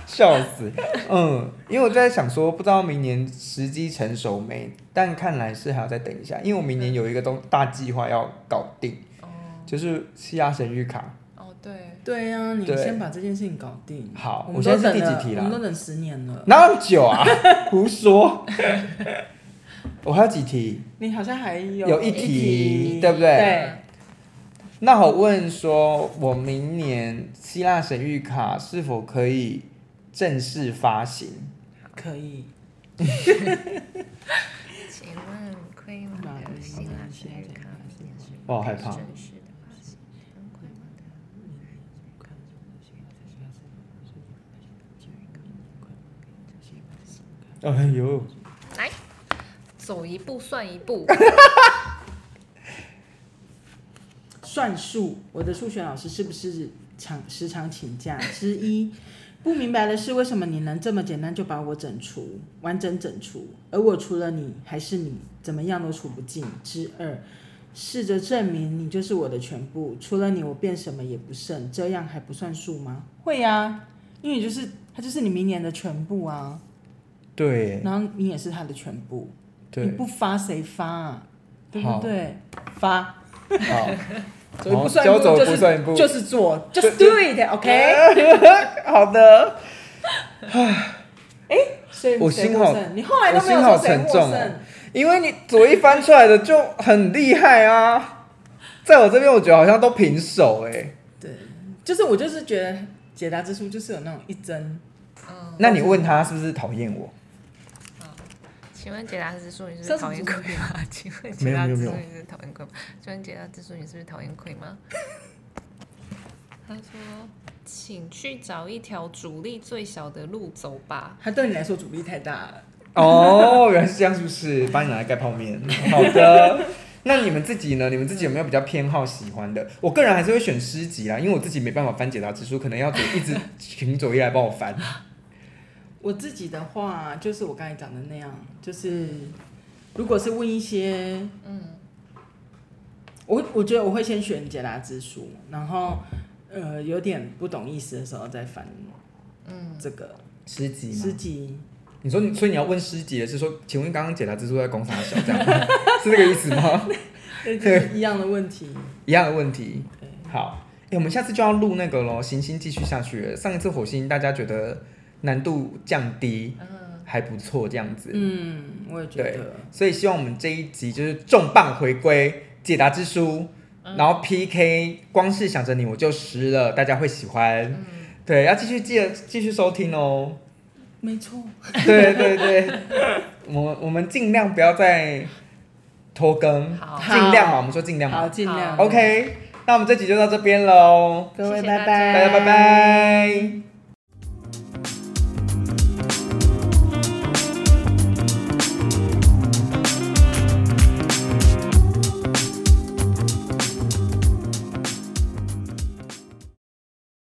[SPEAKER 2] 笑死。嗯，因为我在想说，不知道明年时机成熟没，但看来是还要再等一下，因为我明年有一个东大计划要搞定，
[SPEAKER 1] 哦
[SPEAKER 2] 就是西亚神谕卡。
[SPEAKER 1] 哦，对，
[SPEAKER 3] 对呀、你
[SPEAKER 2] 对
[SPEAKER 3] 先把这件事情搞定。
[SPEAKER 2] 好
[SPEAKER 3] 我
[SPEAKER 2] 我
[SPEAKER 3] 们
[SPEAKER 2] 现
[SPEAKER 3] 都
[SPEAKER 2] 在是
[SPEAKER 3] 等
[SPEAKER 2] 第
[SPEAKER 3] 了，
[SPEAKER 2] 几题
[SPEAKER 3] 我
[SPEAKER 2] 啦
[SPEAKER 3] 们都等十年了。
[SPEAKER 2] 哪有那么久啊？胡说。 我还有几题？
[SPEAKER 3] 你好像还有
[SPEAKER 2] 有一题对不对
[SPEAKER 3] 对，
[SPEAKER 2] 那我问说，我明年希腊神谕卡是否可以正式发行？
[SPEAKER 3] 可以。
[SPEAKER 1] 请问亏吗？的新拉生日卡明年是
[SPEAKER 2] 我好哦害怕。
[SPEAKER 1] 真实的发行，跟亏吗？
[SPEAKER 2] 哎呦，
[SPEAKER 1] 来，走一步算一步。
[SPEAKER 3] 算术，我的数学老师是不是常时常请假？ 之一，不明白的是为什么你能这么简单就把我整除，完整整除，而我除了你还是你，怎么样都除不尽。之二，试着证明你就是我的全部，除了你我便什么也不剩，这样还不算数吗？会呀、啊，因为你就是他就是你明年的全部啊，
[SPEAKER 2] 对
[SPEAKER 3] 然后你也是他的全部，你
[SPEAKER 2] 对，
[SPEAKER 3] 不发谁发啊？对
[SPEAKER 2] 好
[SPEAKER 3] 不对？发。
[SPEAKER 2] 好，
[SPEAKER 3] 所以不算
[SPEAKER 2] 交
[SPEAKER 3] 步
[SPEAKER 2] 哦走
[SPEAKER 3] 就
[SPEAKER 2] 不
[SPEAKER 3] 是
[SPEAKER 2] 算一步，
[SPEAKER 3] 就是做，just do it，OK？
[SPEAKER 2] 好的。
[SPEAKER 3] 所以
[SPEAKER 2] 我
[SPEAKER 3] 谁
[SPEAKER 2] 心
[SPEAKER 3] 获
[SPEAKER 2] 好
[SPEAKER 3] 胜你后来都没有
[SPEAKER 2] 我心好
[SPEAKER 3] 说谁
[SPEAKER 2] 沉
[SPEAKER 3] 获
[SPEAKER 2] 重哦
[SPEAKER 3] 胜，
[SPEAKER 2] 因为你左一翻出来的就很厉害啊，在我这边，我觉得好像都平手哎、
[SPEAKER 1] 嗯
[SPEAKER 3] 就是我就是觉得解答之书就是有那种一针，
[SPEAKER 1] 嗯，
[SPEAKER 2] 那你问他是不是讨厌我？
[SPEAKER 1] 请问解答之书你是不
[SPEAKER 3] 这
[SPEAKER 1] 是
[SPEAKER 3] 是
[SPEAKER 1] 讨厌
[SPEAKER 3] 什
[SPEAKER 1] 鬼
[SPEAKER 3] 么
[SPEAKER 1] 吗？请问
[SPEAKER 2] 没
[SPEAKER 1] 解
[SPEAKER 2] 有
[SPEAKER 1] 答
[SPEAKER 2] 没有
[SPEAKER 1] 之
[SPEAKER 2] 没
[SPEAKER 1] 书
[SPEAKER 2] 有
[SPEAKER 1] 你是不是讨厌鬼吗？请问解答之书你是不是讨厌鬼吗？他说，请去找一条阻力最小的路走吧。
[SPEAKER 3] 它对你来说阻力太大了。
[SPEAKER 2] 哦，原来是这样，是不是？把你拿来盖泡面。好的，那你们自己呢？你们自己有没有比较偏好喜欢的？我个人还是会选诗集啦，因为我自己没办法翻解答之书，可能要得一直请左一来帮我翻。
[SPEAKER 3] 我自己的话，就是我刚才讲的那样，就是如果是问一些，嗯，我我觉得我会先选解答之书，然后呃有点不懂意思的时候再翻，嗯，这个
[SPEAKER 2] 诗集
[SPEAKER 3] 诗
[SPEAKER 2] 吗？
[SPEAKER 3] 集
[SPEAKER 2] 你说你，所以你要问诗集的是说，请问刚刚解答之书在攻啥小这样吗， 是这个意思吗？
[SPEAKER 3] 对就是一样的问题，
[SPEAKER 2] 一样的问题。
[SPEAKER 3] 对，
[SPEAKER 2] 好，哎、我们下次就要录那个咯，行星继续下去了。上一次火星大家觉得难度降低，还不错这样子。
[SPEAKER 3] 嗯，我也觉
[SPEAKER 2] 对
[SPEAKER 3] 得，
[SPEAKER 2] 所以希望我们这一集就是重磅回归解答之书，然后 PK，光是想着你我就湿了，大家会喜欢。对，要继续记得继续收听哦。
[SPEAKER 3] 没错，
[SPEAKER 2] 对对对，我我们尽量不要再拖更，
[SPEAKER 1] 好
[SPEAKER 2] 尽量嘛，我们说尽量
[SPEAKER 3] 好，
[SPEAKER 2] 嘛。
[SPEAKER 3] 尽量
[SPEAKER 1] 好
[SPEAKER 2] OK，那我们这集就到这边喽，
[SPEAKER 3] 各位
[SPEAKER 1] 谢谢大
[SPEAKER 3] 拜
[SPEAKER 1] 家
[SPEAKER 3] 拜，
[SPEAKER 2] 大家拜拜。